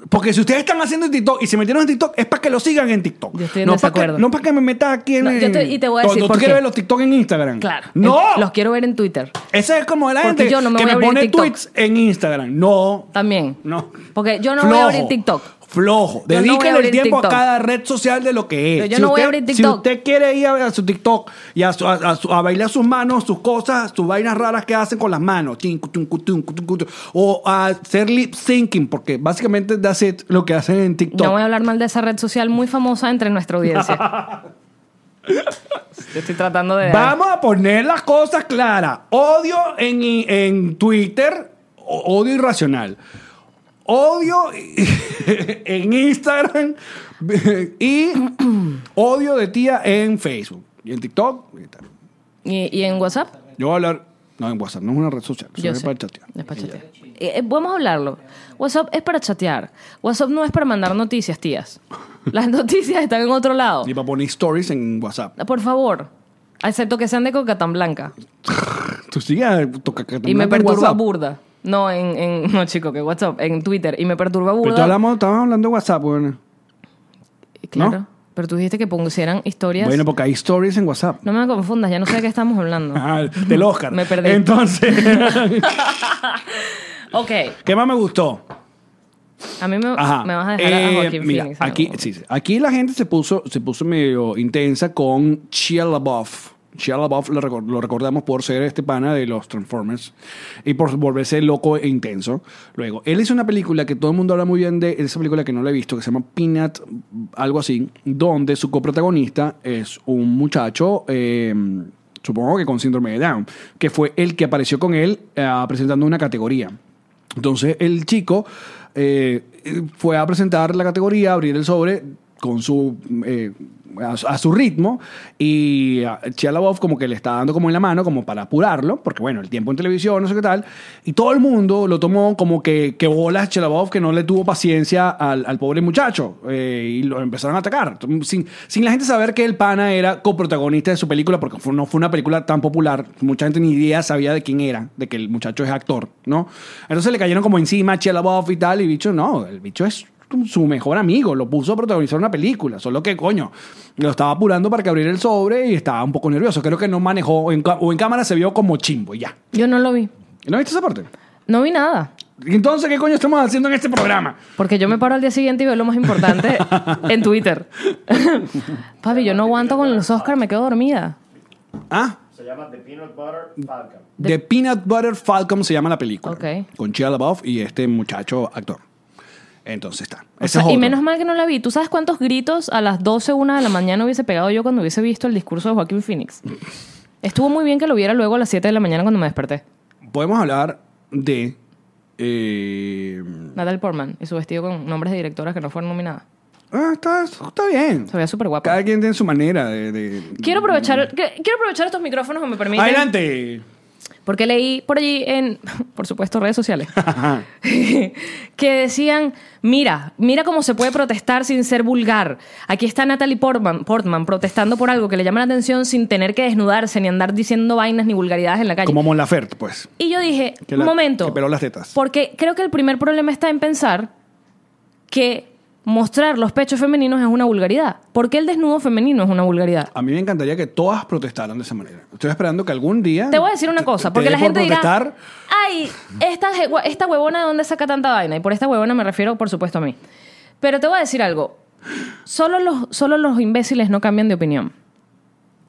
S1: Porque si ustedes están haciendo TikTok y se metieron en TikTok, es para que lo sigan en TikTok.
S2: Yo estoy en
S1: no para que,
S2: desacuerdo.
S1: no para que me metas aquí en.
S2: No,
S1: el-
S2: yo te- y te voy a
S1: No,
S2: decir
S1: no,
S2: por
S1: tú quieres
S2: qué.
S1: ver los TikTok en Instagram.
S2: Claro.
S1: ¡No!
S2: El- Los quiero ver en Twitter.
S1: Esa es como la
S2: Porque
S1: gente
S2: yo no me
S1: que
S2: voy
S1: me
S2: a abrir
S1: pone
S2: TikTok.
S1: tweets en Instagram. No.
S2: También.
S1: No.
S2: Porque yo no
S1: Flojo,
S2: voy a abrir TikTok.
S1: Flojo.
S2: Yo no voy a
S1: Dedíquenle el
S2: abrir
S1: tiempo
S2: TikTok.
S1: a cada red social de lo que es.
S2: Pero yo no voy a
S1: usted-
S2: abrir
S1: Si
S2: TikTok.
S1: usted quiere ir a, a su TikTok y a, su- a- a su- a bailar sus manos, sus cosas, sus vainas raras que hacen con las manos, tin, cu, tin, cu, tin, cu, tin, cu, tin, o a hacer lip syncing, porque básicamente that's it, lo que hacen en TikTok.
S2: No voy a hablar mal de esa red social muy famosa entre nuestra audiencia. Yo estoy tratando de.
S1: Vamos a poner las cosas claras. Odio en, en Twitter, o- odio irracional. Odio en Instagram y odio de tía en Facebook. Y en TikTok. y tal.
S2: ¿Y, y en WhatsApp?
S1: Yo voy a hablar. No, en WhatsApp, no es una red social.
S2: Yo
S1: es
S2: sé.
S1: para chatear.
S2: Es para chatear. Eh, eh, podemos hablarlo. WhatsApp es para chatear. WhatsApp no es para mandar noticias, tías. Las noticias están en otro lado.
S1: Y para poner stories en WhatsApp.
S2: Por favor. Excepto que sean de coca tan blanca.
S1: Tú sigues eh, tocando
S2: Y me perturba burda. No, en, en- no, chico, que WhatsApp, en Twitter. Y me perturba
S1: Pero
S2: burda.
S1: tú hablamos, estábamos hablando de WhatsApp, bueno.
S2: Claro.
S1: ¿no?
S2: Pero tú dijiste que pusieran historias.
S1: Bueno, porque hay stories en WhatsApp.
S2: No me confundas, ya no sé de qué estamos hablando.
S1: Ajá, Del Oscar.
S2: Me perdí.
S1: Entonces,
S2: ok,
S1: ¿qué más me gustó?
S2: a mí me,
S1: Ajá.
S2: me vas a dejar a
S1: Eh,
S2: Joaquín
S1: mira,
S2: Phoenix.
S1: aquí, sí, sí. aquí la gente se puso, se puso medio intensa con Shia LaBeouf. Shia LaBeouf lo, recor- lo recordamos por ser este pana de los Transformers y por volverse loco e intenso. Luego, él hizo una película que todo el mundo habla muy bien de, esa película que no la he visto, que se llama Peanut, algo así, donde su coprotagonista es un muchacho... eh, supongo que con síndrome de Down, que fue el que apareció con él ah, presentando una categoría. Entonces el chico eh, fue a presentar la categoría, a abrir el sobre con su eh, a, su- a su ritmo y Chialabov como que le está dando como en la mano como para apurarlo porque bueno el tiempo en televisión no sé qué tal y todo el mundo lo tomó como que que bolas Chialabov que no le tuvo paciencia al, al pobre muchacho eh, y lo empezaron a atacar sin, sin la gente saber que el pana era coprotagonista de su película porque fue- no fue una película tan popular mucha gente ni idea sabía de quién era de que el muchacho es actor ¿no? entonces le cayeron como encima a Chialabov y tal y bicho no el bicho es su mejor amigo, lo puso a protagonizar una película, solo que coño, lo estaba apurando para que abriera el sobre y estaba un poco nervioso, creo que no manejó, o en, ca- o en cámara se vio como chimbo y ya.
S2: Yo no lo vi.
S1: ¿No viste esa parte?
S2: No vi nada.
S1: ¿Y Entonces, ¿qué coño estamos haciendo en este programa?
S2: Porque yo me paro al día siguiente y veo lo más importante en Twitter. Papi, yo no aguanto con los Oscars, me quedo dormida.
S1: Ah,
S4: Se llama The Peanut Butter Falcon.
S1: The Peanut Butter Falcon se llama la película,
S2: Ok.
S1: con Chia LaBeouf y este muchacho actor. Entonces está.
S2: O sea, y menos mal que no la vi. ¿Tú sabes cuántos gritos a las 12, 1 de la mañana hubiese pegado yo cuando hubiese visto el discurso de Joaquín Phoenix? Estuvo muy bien que lo viera luego a las 7 de la mañana cuando me desperté.
S1: Podemos hablar de... eh,
S2: Natalie Portman y su vestido con nombres de directoras que no fueron nominadas.
S1: ah, está, está bien.
S2: Se veía súper guapa.
S1: Cada quien tiene su manera de... de-
S2: Quiero aprovechar, que- quiero aprovechar estos micrófonos que me permiten.
S1: Adelante.
S2: Porque leí por allí en, por supuesto, redes sociales. que decían, mira, mira cómo se puede protestar sin ser vulgar. Aquí está Natalie Portman, Portman protestando por algo que le llama la atención sin tener que desnudarse ni andar diciendo vainas ni vulgaridades en la calle.
S1: Como Mon Laferte, pues.
S2: Y yo dije,
S1: Que la-
S2: un momento.
S1: que peló las tetas.
S2: Porque creo que el primer problema está en pensar que mostrar los pechos femeninos es una vulgaridad. Porque el desnudo femenino es una vulgaridad.
S1: A mí me encantaría que todas protestaran de esa manera. Estoy esperando que algún día.
S2: Te voy a decir una cosa,
S1: te-
S2: porque
S1: te
S2: la
S1: dé por
S2: gente dirá,
S1: protestar.
S2: ay, esta, je- gua- esta huevona de dónde saca tanta vaina. Y por esta huevona me refiero, por supuesto, a mí. Pero te voy a decir algo. Solo los, solo los imbéciles no cambian de opinión.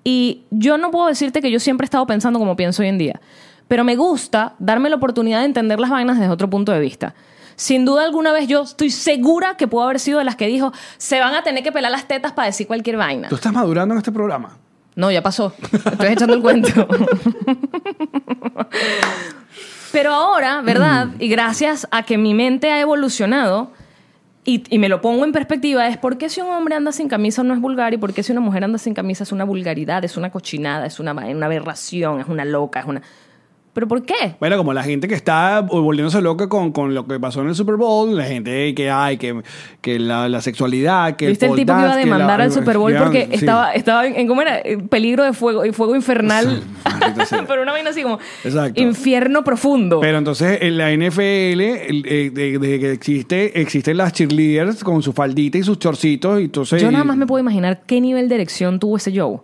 S2: Y yo no puedo decirte que yo siempre he estado pensando como pienso hoy en día. Pero me gusta darme la oportunidad de entender las vainas desde otro punto de vista. Sin duda alguna vez yo estoy segura que puedo haber sido de las que dijo, se van a tener que pelar las tetas para decir cualquier vaina.
S1: Tú estás madurando en este programa.
S2: No, ya pasó. Estoy echando el cuento. Pero ahora, ¿verdad?
S1: Mm.
S2: Y gracias a que mi mente ha evolucionado y, y me lo pongo en perspectiva, es por qué si un hombre anda sin camisa no es vulgar y por qué si una mujer anda sin camisa es una vulgaridad, es una cochinada, es una, va- una aberración, es una loca, es una... ¿Pero por qué?
S1: Bueno, como la gente que está volviéndose loca con, con lo que pasó en el Super Bowl, la gente que hay, que, que la, la sexualidad, que.
S2: ¿Viste el
S1: pole
S2: tipo que iba a
S1: dance, que la-
S2: demandar al Super Bowl
S1: ya,
S2: porque
S1: sí.
S2: estaba, estaba en, en- ¿cómo era? En peligro de fuego, y fuego infernal.
S1: maldita sea.
S2: Pero una vaina así como
S1: Exacto.
S2: infierno profundo.
S1: Pero entonces en la NFL, el- eh, de- desde que existe, existen las cheerleaders con su faldita y sus chorcitos. Y entonces,
S2: Yo nada más me puedo imaginar qué nivel de erección tuvo ese Joe.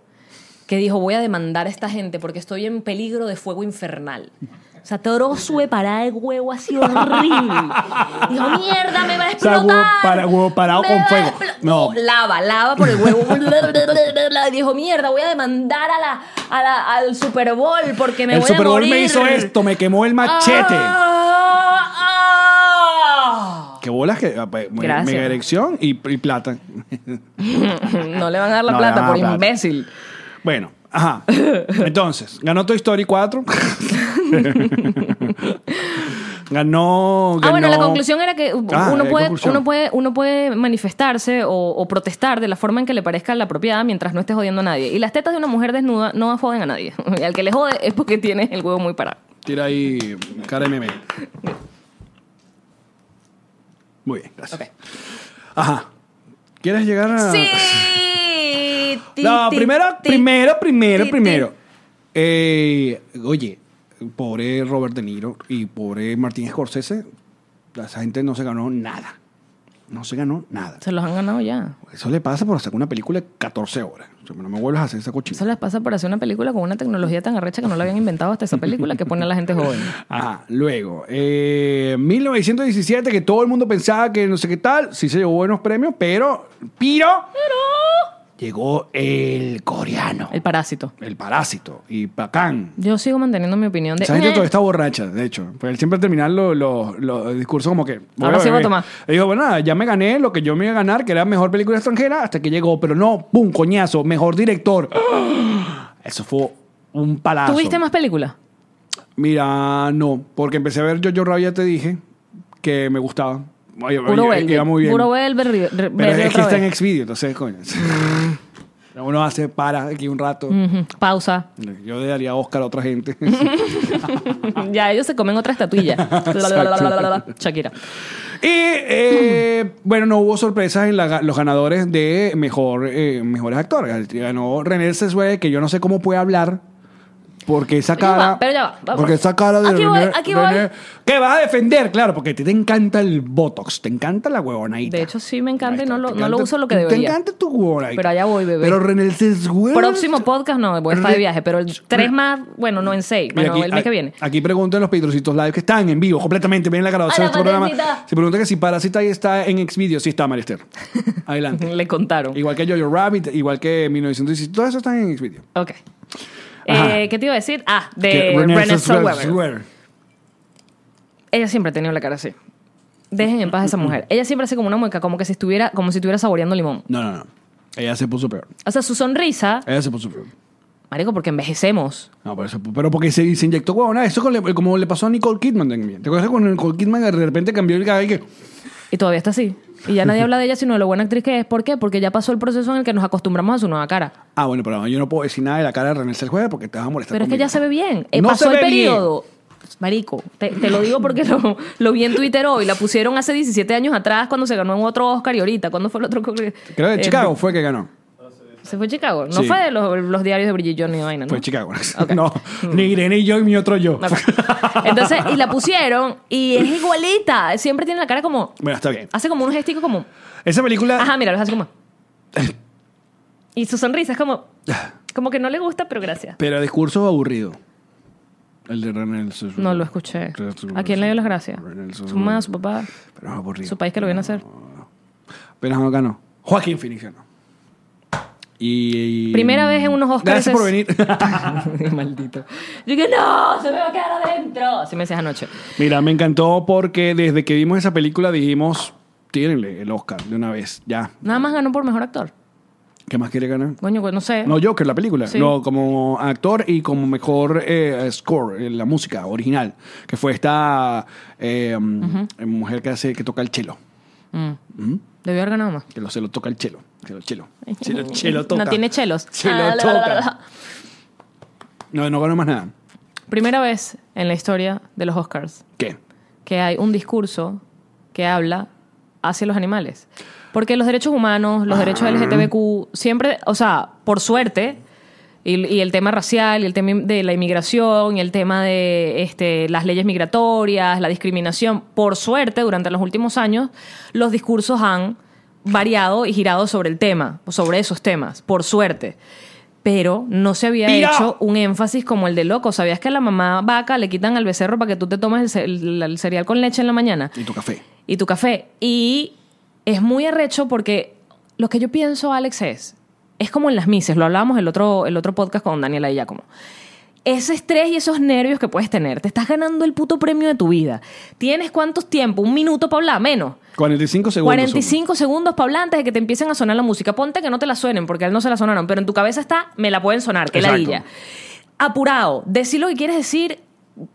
S2: Que dijo, voy a demandar a esta gente porque estoy en peligro de fuego infernal. O sea, trozo de parada de huevo así horrible. Dijo, mierda, me va a
S1: O sea,
S2: explotar.
S1: huevo para- huevo parado
S2: Me
S1: con
S2: va a
S1: fuego.
S2: explo-".
S1: No.
S2: Lava, lava por el huevo. Y dijo, mierda, voy a demandar a la, a la- al Super Bowl porque me
S1: El
S2: voy
S1: Super
S2: a
S1: Bowl
S2: morir.
S1: me hizo esto, me quemó el machete.
S2: Ah, ah.
S1: Que bolas que. ah, pues, me-
S2: Gracias.
S1: Mega erección y, y plata.
S2: No le van a dar la
S1: No le van
S2: plata
S1: a dar
S2: por
S1: plata.
S2: imbécil.
S1: Bueno, ajá. Entonces, ganó Toy Story 4. Ganó,
S2: Ah, bueno, la
S1: ganó-
S2: conclusión era que u-
S1: Ah,
S2: uno,
S1: hay
S2: puede,
S1: conclusión.
S2: uno, puede, uno puede manifestarse o, o protestar de la forma en que le parezca la apropiada mientras no esté jodiendo a nadie. Y las tetas de una mujer desnuda no joden a nadie. Y al que le jode es porque tiene el huevo muy parado.
S1: Tira ahí cara meme. Muy bien, gracias. Ajá. ¿Quieres llegar a...?
S2: ¡Sí! Ti,
S1: Ah. No,
S2: ti,
S1: primero,
S2: ti.
S1: primero, primero,
S2: ti,
S1: primero.
S2: ti.
S1: Eh, oye, pobre Robert De Niro y pobre Martín Scorsese, esa gente no se ganó nada. No se ganó nada.
S2: Se los han ganado ya.
S1: Eso le pasa por hacer una película de 14 horas. O sea, no me vuelvas a hacer esa cochina.
S2: Eso les pasa por hacer una película con una tecnología tan arrecha que no la habían inventado hasta esa película que pone a la gente joven.
S1: Ajá, Ah, luego, eh, 1917, que todo el mundo pensaba que no sé qué tal, sí se llevó buenos premios, pero, pero, llegó el coreano,
S2: El parásito.
S1: el parásito, y Pacán.
S2: Yo sigo manteniendo mi opinión de. eh.
S1: Esa gente todavía está borracha, de hecho. Porque él siempre al terminar los los- los discursos como que...
S2: Ahora Ah, sí voy a
S1: beber.
S2: tomar.
S1: Y digo, bueno, nada, ya me gané lo que yo me iba a ganar, que era mejor película extranjera, hasta que llegó, pero no, pum, coñazo, mejor director. Eso fue un palazo.
S2: ¿Tuviste más películas?
S1: Mira, no, porque empecé a ver Jojo Rabia, te dije que me gustaba. Oye,
S2: Puro
S1: oye,
S2: Velvet.
S1: iba muy bien.
S2: Puro Velvet. ri- ri-
S1: pero
S2: Velvet
S1: es que
S2: otra
S1: está en
S2: vez.
S1: Xvideo, entonces, coño. Uno hace para aquí un rato.
S2: Ujú. Pausa.
S1: Yo le daría Oscar a otra gente. Ah.
S2: ya ellos se comen otra estatuilla. La, la, la, la, la, la, la. Shakira.
S1: Y eh, bueno, no hubo sorpresas en la ga- los ganadores de mejor, eh, mejores actores. Ganó René Sesué, que yo no sé cómo puede hablar. Porque esa
S2: Pero ya
S1: cara.
S2: va, pero ya va, vamos.
S1: Porque esa cara de.
S2: Aquí voy,
S1: René-
S2: aquí voy.
S1: René- que vas a defender, claro, porque a ti te encanta el botox, te encanta la huevonadita.
S2: De hecho, sí me encanta y no
S1: Ahí está,
S2: lo,
S1: te
S2: no lo
S1: encanta-
S2: uso lo que
S1: Te
S2: debería.
S1: encanta tu huevonadita.
S2: Pero allá voy, bebé.
S1: Pero René Sesué.
S2: Próximo podcast, no, voy a estar de viaje, pero el tres más, bueno, no en seis,
S1: Mira,
S2: bueno, el mes
S1: a-
S2: que viene.
S1: Aquí ah, preguntan los Pedrocitos Live que están en vivo completamente. Ven la grabación de
S2: A
S1: este
S2: la
S1: programa.
S2: paternidad.
S1: Se pregunta que si Parasita ahí está en Xvideo. Sí está, Marister. Adelante.
S2: Le contaron.
S1: igual que Jojo Rabbit, igual que 1917. Todo eso está en Xvideo.
S2: Ok.
S1: Ajá.
S2: Eh, ¿Qué te iba a decir? Ah,
S1: Que
S2: de
S1: Renée
S2: Renée
S1: Zellweger.
S2: Zellweger. Ella siempre ha tenido la cara así. Dejen en paz a esa mujer. Ella siempre hace como una mueca, como que si estuviera, como si estuviera saboreando limón.
S1: No, no, no. Ella se puso peor.
S2: O sea, su sonrisa,
S1: Ella se puso peor.
S2: marico, porque envejecemos.
S1: No, pero, eso- pero porque se, se inyectó huevona. Eso con le- como le pasó a Nicole Kidman también. ¿Te acuerdas cuando Nicole Kidman de repente cambió el cabello? y que-
S2: Y todavía está así. Y ya nadie habla de ella, sino de lo buena actriz que es. ¿Por qué? Porque ya pasó el proceso en el que nos acostumbramos a su nueva cara.
S1: Ah, bueno, pero yo no puedo decir nada de la cara de René Zellweger porque te vas a molestar.
S2: Pero es que
S1: conmigo.
S2: ya se ve bien. Eh,
S1: No
S2: pasó
S1: se
S2: el
S1: ve bien.
S2: periodo. Marico, te, te lo digo porque lo, lo vi en Twitter hoy. La pusieron hace 17 años atrás cuando se ganó en otro Oscar y ahorita. ¿Cuándo fue el otro? Creo
S1: Creo que
S2: eh,
S1: Chicago fue que ganó.
S2: ¿Se fue Chicago? No
S1: Sí.
S2: fue de los, los diarios de Bridget Jones ni vaina, ¿no?
S1: Fue Chicago.
S2: Ok.
S1: Pues
S2: Mm.
S1: No, ni Irene y yo y mi otro yo.
S2: Ok. Entonces, y la pusieron y es igualita. Siempre tiene la cara como...
S1: bueno, está bien.
S2: Hace como unos gesticos como...
S1: Esa película.
S2: Ajá, mira, los hace como... Y su sonrisa es como... Como que no le gusta, pero gracias.
S1: Pero discurso aburrido. El de René Zellweger.
S2: No lo escuché. ¿A quién le dio las gracias? Su mamá, su papá,
S1: Pero es aburrido.
S2: su país que lo viene a hacer.
S1: Pero no ganó. Joaquín Phoenix ganó. Y, y-
S2: Primera vez en unos Oscars.
S1: Gracias por venir.
S2: Maldito. Yo dije, no, se me va a quedar adentro. Así me decías anoche.
S1: Mira, me encantó porque desde que vimos esa película dijimos, tírenle el Oscar de una vez, ya.
S2: Nada más ganó por mejor actor.
S1: ¿Qué más quiere ganar?
S2: Coño, pues, no sé.
S1: No, Joker, la película.
S2: Sí.
S1: No, como actor y como mejor eh, score, eh, la música original, que fue esta eh, um, mujer que hace, que toca el chelo.
S2: Mm. Debió haber ganado más.
S1: Que lo, se lo toca el chelo. Se lo chelo. Se lo chelo toca.
S2: No tiene chelos.
S1: Se lo
S2: Ah, la, la,
S1: toca.
S2: la, la.
S1: No, no ganó más nada.
S2: Primera vez en la historia de los Oscars
S1: ¿Qué?
S2: que hay un discurso que habla hacia los animales. Porque los derechos humanos, los derechos LGTBQ, siempre, o sea, por suerte, y, y el tema racial, y el tema de la inmigración, y el tema de este, las leyes migratorias, la discriminación, por suerte, durante los últimos años, los discursos han variado y girado sobre el tema, o sobre esos temas, por suerte. Pero no se había
S1: Mira.
S2: hecho un énfasis como el de loco. ¿Sabías que a la mamá vaca le quitan al becerro para que tú te tomes el, ce- el- el cereal con leche en la mañana?
S1: Y tu café.
S2: y tu café. Y es muy arrecho porque lo que yo pienso, Alex, es, es como en las mises, lo hablábamos el otro, el otro podcast con Daniela y Giacomo. Ese estrés y esos nervios que puedes tener, te estás ganando el puto premio de tu vida. ¿Tienes cuántos tiempo? ¿Un minuto para hablar? Menos.
S1: 45 segundos.
S2: 45 segundos para hablar antes de que te empiecen a sonar la música. Ponte que no te la suenen, porque a él no se la sonaron, pero en tu cabeza está, me la pueden sonar, que
S1: Exacto.
S2: ladilla. Apurado, decir lo que quieres decir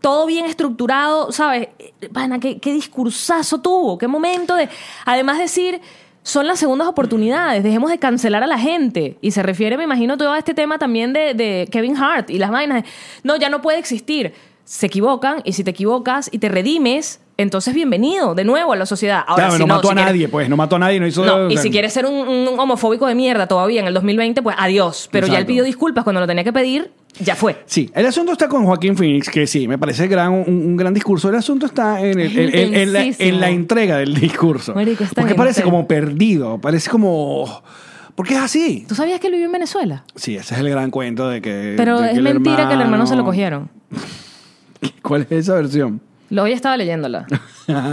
S2: todo bien estructurado, ¿sabes? Pana, qué, qué discursazo tuvo, qué momento de... Además decir, son las segundas oportunidades, dejemos de cancelar a la gente. Y se refiere, me imagino, todo a este tema también de, de Kevin Hart y las vainas. de, No, ya no puede existir. Se equivocan y si te equivocas y te redimes, entonces bienvenido de nuevo a la sociedad. Ahora,
S1: claro,
S2: si
S1: no, mató
S2: si
S1: a
S2: quieres-
S1: nadie, pues, no mató a nadie, no hizo...
S2: no,
S1: o
S2: y
S1: sea,
S2: si quieres ser un, un homofóbico de mierda todavía en el 2020, pues adiós. Pero ya él
S1: Exacto.
S2: pidió disculpas cuando lo tenía que pedir, ya fue.
S1: Sí, el asunto está con Joaquín Phoenix, que sí, me parece gran, un, un gran discurso. El asunto está en, el- en- en- en la,
S2: Intensísimo.
S1: en la entrega del discurso.
S2: Marico, es tan
S1: porque parece
S2: intenso.
S1: como perdido, parece como... Porque es así.
S2: ¿Tú sabías que él vivió en Venezuela?
S1: Sí, ese es el gran cuento de que...
S2: Pero
S1: Eh, de
S2: es mentira que el hermano se lo cogieron.
S1: ¿Cuál es esa versión?
S2: Lo, hoy estaba leyéndola.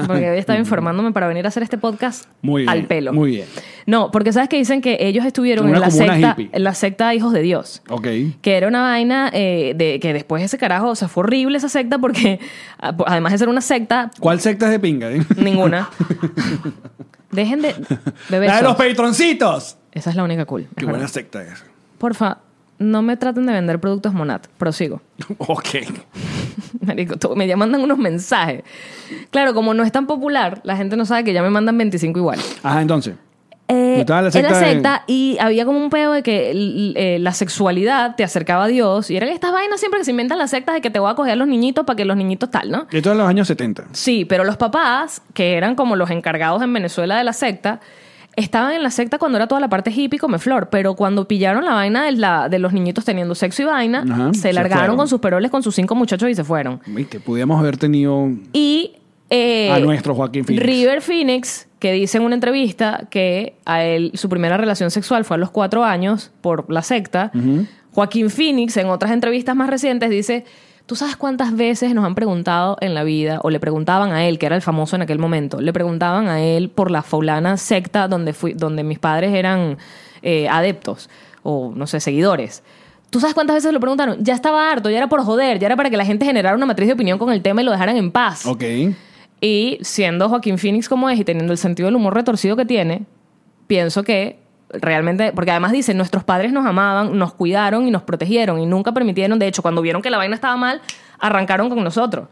S2: Porque hoy estaba informándome para venir a hacer este podcast
S1: Muy bien,
S2: al pelo.
S1: muy bien.
S2: No, porque sabes que dicen que ellos estuvieron
S1: Una
S2: en la,
S1: comuna
S2: secta,
S1: hippie.
S2: en la secta Hijos de Dios.
S1: Ok.
S2: Que era una vaina eh, de que después ese carajo, o sea, fue horrible esa secta porque a- además de ser una secta,
S1: ¿Cuál secta es de pinga? eh?
S2: ninguna. Dejen de beber.
S1: La de
S2: shots.
S1: los patroncitos.
S2: Esa es la única cool. es
S1: Qué
S2: verdad.
S1: buena secta es.
S2: Porfa, no me traten de vender productos Monat. Prosigo.
S1: Ok.
S2: Marico, to- me ya mandan unos mensajes. Claro, como no es tan popular, la gente no sabe que ya me mandan 25 igual.
S1: Ajá, entonces.
S2: Eh,
S1: Estaba la
S2: era
S1: secta de-
S2: secta y había como un pedo de que l- eh, la sexualidad te acercaba a Dios y eran estas vainas siempre que se inventan las sectas de que te voy a coger a los niñitos para que los niñitos tal, ¿no?
S1: Esto es de los años 70.
S2: Sí, pero los papás, que eran como los encargados en Venezuela de la secta, estaban en la secta cuando era toda la parte hippie come flor, pero cuando pillaron la vaina de, la- de los niñitos teniendo sexo y vaina,
S1: Ajá,
S2: se
S1: se
S2: largaron
S1: fueron.
S2: con sus peroles, con sus cinco muchachos y se fueron.
S1: Viste, pudiéramos haber tenido...
S2: Y... eh,
S1: A nuestro Joaquín Phoenix.
S2: River Phoenix, que dice en una entrevista que a él su primera relación sexual fue a los cuatro años por la secta. Joaquín Phoenix, en otras entrevistas más recientes, dice... ¿Tú sabes cuántas veces nos han preguntado en la vida, o le preguntaban a él, que era el famoso en aquel momento, le preguntaban a él por la faulana secta donde, fui, donde mis padres eran eh, adeptos, o no sé, seguidores? ¿Tú sabes cuántas veces lo preguntaron? Ya estaba harto, ya era por joder, ya era para que la gente generara una matriz de opinión con el tema y lo dejaran en paz.
S1: Ok.
S2: Y siendo Joaquín Phoenix como es y teniendo el sentido del humor retorcido que tiene, pienso que realmente, porque además dice, nuestros padres nos amaban, nos cuidaron y nos protegieron y nunca permitieron, de hecho, cuando vieron que la vaina estaba mal, arrancaron con nosotros.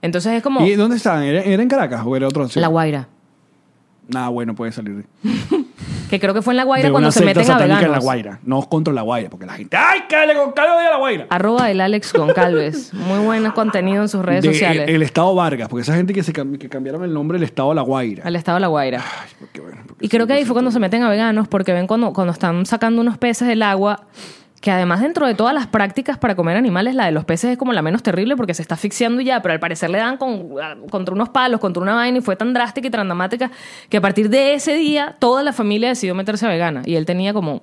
S2: Entonces es como
S1: ¿Y dónde estaban? ¿Era, era en Caracas o era otro?
S2: La Guaira,
S1: Nada, bueno, puede salir.
S2: que creo que fue en La Guaira
S1: de
S2: cuando
S1: una
S2: se
S1: secta
S2: meten a
S1: satánica
S2: veganos.
S1: en La Guaira. No contra La Guaira, porque la gente... ¡Ay, cállate con Carlos de La Guaira!
S2: Arroba el Alex Goncalves. Muy buen contenido en sus redes
S1: De-
S2: sociales.
S1: El, el Estado Vargas, porque esa gente que, se cambi- que cambiaron el nombre del Estado a La Guaira.
S2: Al estado de La Guaira.
S1: Ay, porque bueno, porque
S2: Y creo que ahí fue cuando se meten a veganos, porque ven cuando, cuando están sacando unos peces del agua, que además dentro de todas las prácticas para comer animales, la de los peces es como la menos terrible porque se está asfixiando y ya, pero al parecer le dan con- contra unos palos, contra una vaina, y fue tan drástica y tan dramática que a partir de ese día toda la familia decidió meterse a vegana. Y él tenía como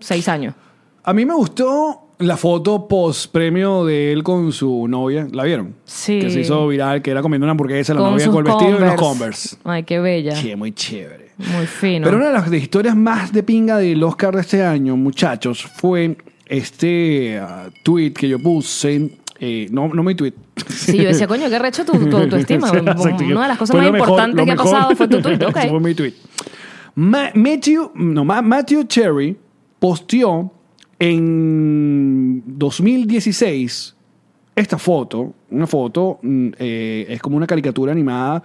S2: seis años.
S1: A mí me gustó la foto post premio de él con su novia. ¿La vieron?
S2: Sí.
S1: Que se hizo viral, que era comiendo una hamburguesa, la
S2: con
S1: novia
S2: sus
S1: con el vestido y los
S2: Converse.
S1: Converse.
S2: Ay, qué bella.
S1: Sí, muy chévere.
S2: Muy fino.
S1: Pero una de las historias más de pinga del Oscar de este año, muchachos, fue este ah, tweet que yo puse. eh, no, no mi tweet.
S2: Sí, yo decía, coño, qué recho tu, tu autoestima.
S1: Exacto.
S2: Una de las cosas
S1: Fue
S2: más
S1: lo mejor,
S2: importantes
S1: lo
S2: que ha
S1: mejor.
S2: pasado fue tu tweet. Ok.
S1: Ese fue mi tweet. Ma- Matthew, no, Ma- Matthew Cherry posteó en 2016 esta foto, una foto, mm, eh, es como una caricatura animada,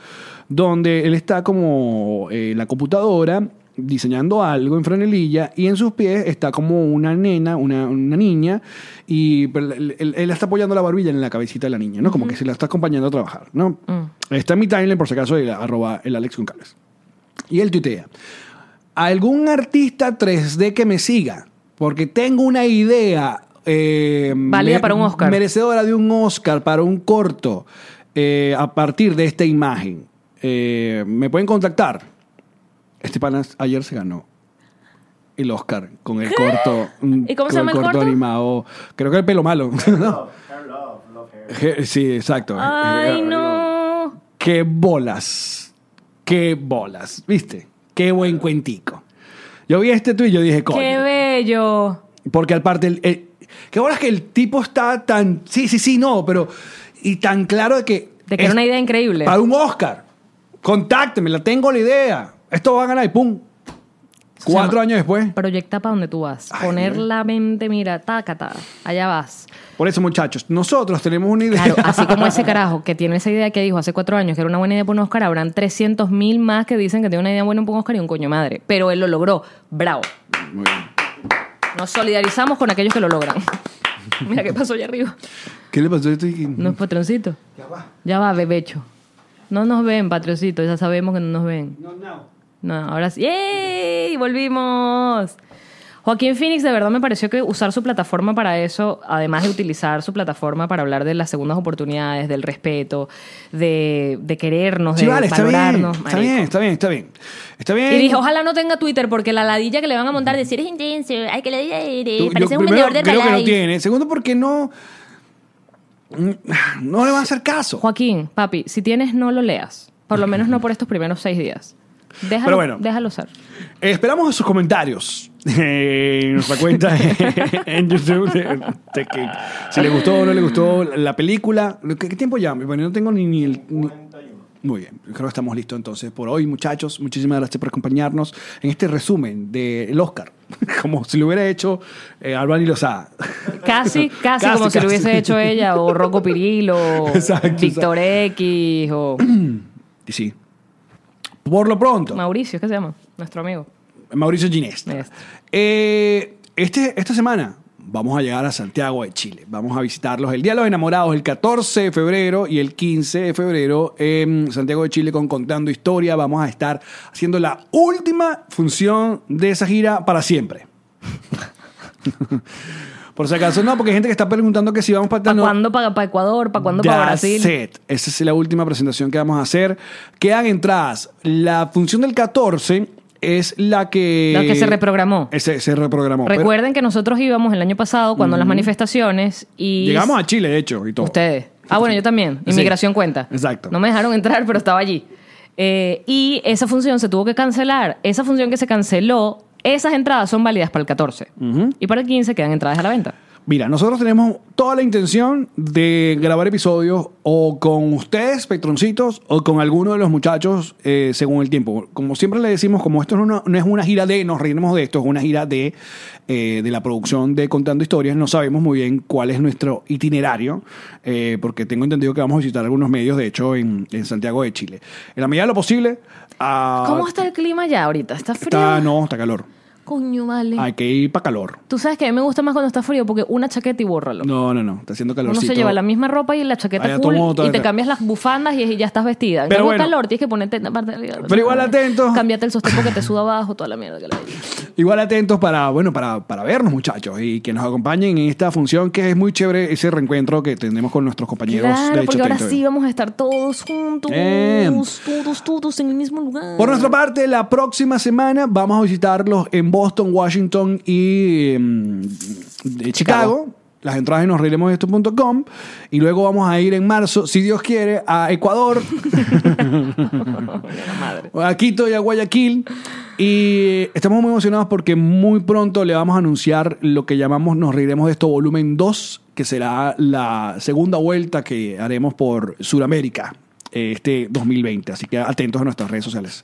S1: donde él está como eh, en la computadora diseñando algo en franelilla y en sus pies está como una nena, una, una niña, y pero él, él- él está apoyando la barbilla en la cabecita de la niña, ¿no? Como que se la está acompañando a trabajar, ¿no? Está en mi timeline, por si acaso, el, arroba el Alex Goncalves. Y él tuitea, algún artista 3D que me siga, porque tengo una idea... eh,
S2: Válida para un Oscar.
S1: Merecedora de un Oscar para un corto eh, a partir de esta imagen. Eh, me pueden contactar. Este panas ayer se ganó el Oscar con el corto.
S2: ¿Y cómo se llama el corto?
S1: animado. Creo que el pelo malo.
S4: Love, hair, love, love, hair.
S1: sí, exacto.
S2: Ay, no.
S1: Qué bolas. Qué bolas. ¿Viste? Qué buen cuentico. Yo vi este tuit y yo dije, coño.
S2: ¡Qué bello!
S1: Porque aparte, el, el- qué bolas que el tipo está tan. Sí, sí, sí, no, pero. Y tan claro de que.
S2: De que era
S1: es
S2: una idea increíble.
S1: Para un Oscar. Contácteme, la tengo la idea. Esto va a ganar y pum.
S2: Eso se
S1: Cuatro
S2: llama
S1: años después.
S2: Proyecta para donde tú vas.
S1: Ay,
S2: Poner
S1: Dios.
S2: la mente, mira, tácata. Allá vas.
S1: Por eso, muchachos, nosotros tenemos una idea.
S2: Claro, así como ese carajo que tiene esa idea que dijo hace cuatro años que era una buena idea por un Oscar, habrán 300 mil más que dicen que tiene una idea buena por un Oscar y un coño madre. Pero él lo logró. Bravo.
S1: Muy bien.
S2: Nos solidarizamos con aquellos que lo logran. Mira qué pasó allá arriba.
S1: ¿Qué le pasó a este esto? Y-
S2: No es patroncito. Ya va. Ya va, bebecho. No nos ven, patroncito. Ya sabemos que no nos ven. No, ahora sí. ¡Yay! ¡Volvimos! Joaquín Phoenix, de verdad me pareció que usar su plataforma para eso, además de utilizar su plataforma para hablar de las segundas oportunidades, del respeto, de, de querernos,
S1: Sí,
S2: de
S1: vale, está bien.
S2: valorarnos.
S1: Está
S2: marico.
S1: bien, está bien, está bien. Está bien.
S2: Y dijo, ojalá no tenga Twitter, porque la ladilla que le van a montar de decir es intenso, ay, que le
S1: Tú-
S2: diga,
S1: yo
S2: parece un
S1: primero
S2: vendedor de
S1: creo que no
S2: Herbalife".
S1: tiene. Segundo, porque no. No le van a hacer caso.
S2: Joaquín, papi, si tienes, no lo leas. Por lo menos no por estos primeros seis días. Déjalo,
S1: Pero bueno.
S2: déjalo ser.
S1: Eh, esperamos sus comentarios. Eh, en nuestra cuenta en YouTube. de- de que si le gustó o no le gustó la película. Lo que- ¿Qué, tiempo ya? Bueno, yo no tengo ni, ni el. ni- Muy bien, creo que estamos listos entonces por hoy, muchachos. Muchísimas gracias por acompañarnos en este resumen del Oscar. Como si lo hubiera hecho eh, Albany Lozada.
S2: Casi, casi,
S1: Casi,
S2: como si lo
S1: casi.
S2: hubiese hecho ella, o Rocco Pirilo, o
S1: Exacto, exacto.
S2: Víctor X, o
S1: Y sí. Por lo pronto,
S2: Mauricio, ¿qué se llama? Nuestro amigo.
S1: Mauricio Ginés.
S2: Este.
S1: Eh, este, esta semana vamos a llegar a Santiago de Chile. Vamos a visitarlos el Día de los Enamorados, el 14 de febrero y el 15 de febrero en Santiago de Chile con Contando Historia. Vamos a estar haciendo la última función de esa gira para siempre. Por si acaso, no, porque hay gente que está preguntando que si vamos para
S2: ¿Para cuándo para Ecuador? ¿Para cuándo para
S1: That's
S2: Brasil?
S1: it. Esa es la última presentación que vamos a hacer. Quedan entradas. La función del 14 es la que...
S2: La que se reprogramó.
S1: Ese- se reprogramó. pero
S2: Recuerden que nosotros íbamos el año pasado cuando las manifestaciones y...
S1: llegamos a Chile, de hecho, y todo.
S2: Ustedes. Ah, bueno, yo también.
S1: Sí.
S2: Inmigración cuenta.
S1: Exacto.
S2: No me dejaron entrar, pero estaba allí. Eh, y esa función se tuvo que cancelar. Esa función que se canceló, esas entradas son válidas para el 14. Y para el 15 quedan entradas a la venta.
S1: Mira, nosotros tenemos toda la intención de grabar episodios o con ustedes, Petroncitos, o con alguno de los muchachos eh, según el tiempo. Como siempre le decimos, como esto no, no- no es una gira de, nos reiremos de esto, es una gira de, eh, de la producción de Contando Historias, no sabemos muy bien cuál es nuestro itinerario, eh, porque tengo entendido que vamos a visitar algunos medios, de hecho, en, en Santiago de Chile. En la medida de lo posible... ah,
S2: ¿Cómo está el clima ya ahorita? ¿Está frío?
S1: Está, no, está calor. Ah,
S2: Coño, vale.
S1: Hay que ir para calor.
S2: Tú sabes que a mí me gusta más cuando está frío porque una chaqueta y bórralo.
S1: No, no, no, está haciendo
S2: Uno
S1: calorcito.
S2: se lleva la misma ropa y la chaqueta
S1: Allá
S2: cool
S1: tomo otra
S2: y te
S1: vez.
S2: cambias las bufandas y y ya estás vestida. En
S1: Pero
S2: cambio,
S1: bueno.
S2: calor, tienes que ponerte en la parte de arriba.
S1: Pero igual atento.
S2: Cámbiate el sostén porque te suda abajo toda la mierda que le hay.
S1: Igual atentos para, bueno, para, para vernos, muchachos, y que nos acompañen en esta función que es muy chévere ese reencuentro que tendremos con nuestros compañeros
S2: Claro,
S1: de Hecho
S2: porque ahora
S1: Tento.
S2: sí vamos a estar todos juntos,
S1: Em.
S2: todos, todos en el mismo lugar.
S1: Por nuestra parte, la próxima semana vamos a visitarlos en Boston, Washington y mm, de Chicago. Las entradas en nosreiremosdeesto.com y luego vamos a ir en marzo, si Dios quiere, a Ecuador, a Quito y a Guayaquil. Y estamos muy emocionados porque muy pronto le vamos a anunciar lo que llamamos Nos Reiremos de Esto Volumen 2, que será la segunda vuelta que haremos por Sudamérica eh, este 2020. Así que atentos a nuestras redes sociales.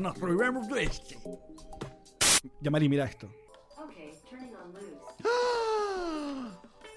S1: nos Remember Dresty. Yamari, mira esto. ¿Qué?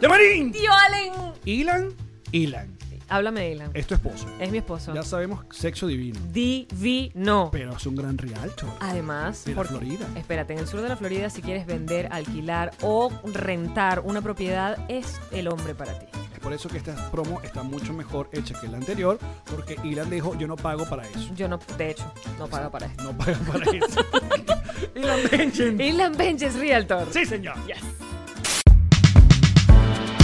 S1: ¡Llamarín!
S5: ¡Tío Allen!
S1: Ilan, Ilan,
S5: Háblame de Dylan.
S1: es tu esposo.
S5: Es mi esposo.
S1: Ya sabemos, sexo divino.
S5: Divino.
S1: Pero es un gran rialto.
S5: Además,
S1: De la
S5: por-
S1: Florida.
S5: Espérate, en el sur de la Florida, si quieres vender, alquilar o rentar una propiedad, es el hombre para ti.
S1: Es por eso que esta promo está mucho mejor hecha que la anterior, porque Ilan dijo, yo no pago para eso.
S5: Yo no, de hecho, no pago para esto.
S1: No paga para eso. Ilan Benjen.
S5: Island Benches Realtor.
S1: Sí, señor.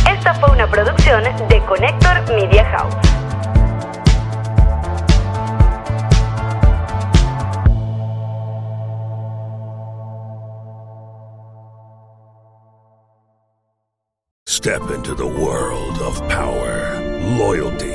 S6: Esta fue una producción de Connector Media House.
S7: Step into the world of power, loyalty,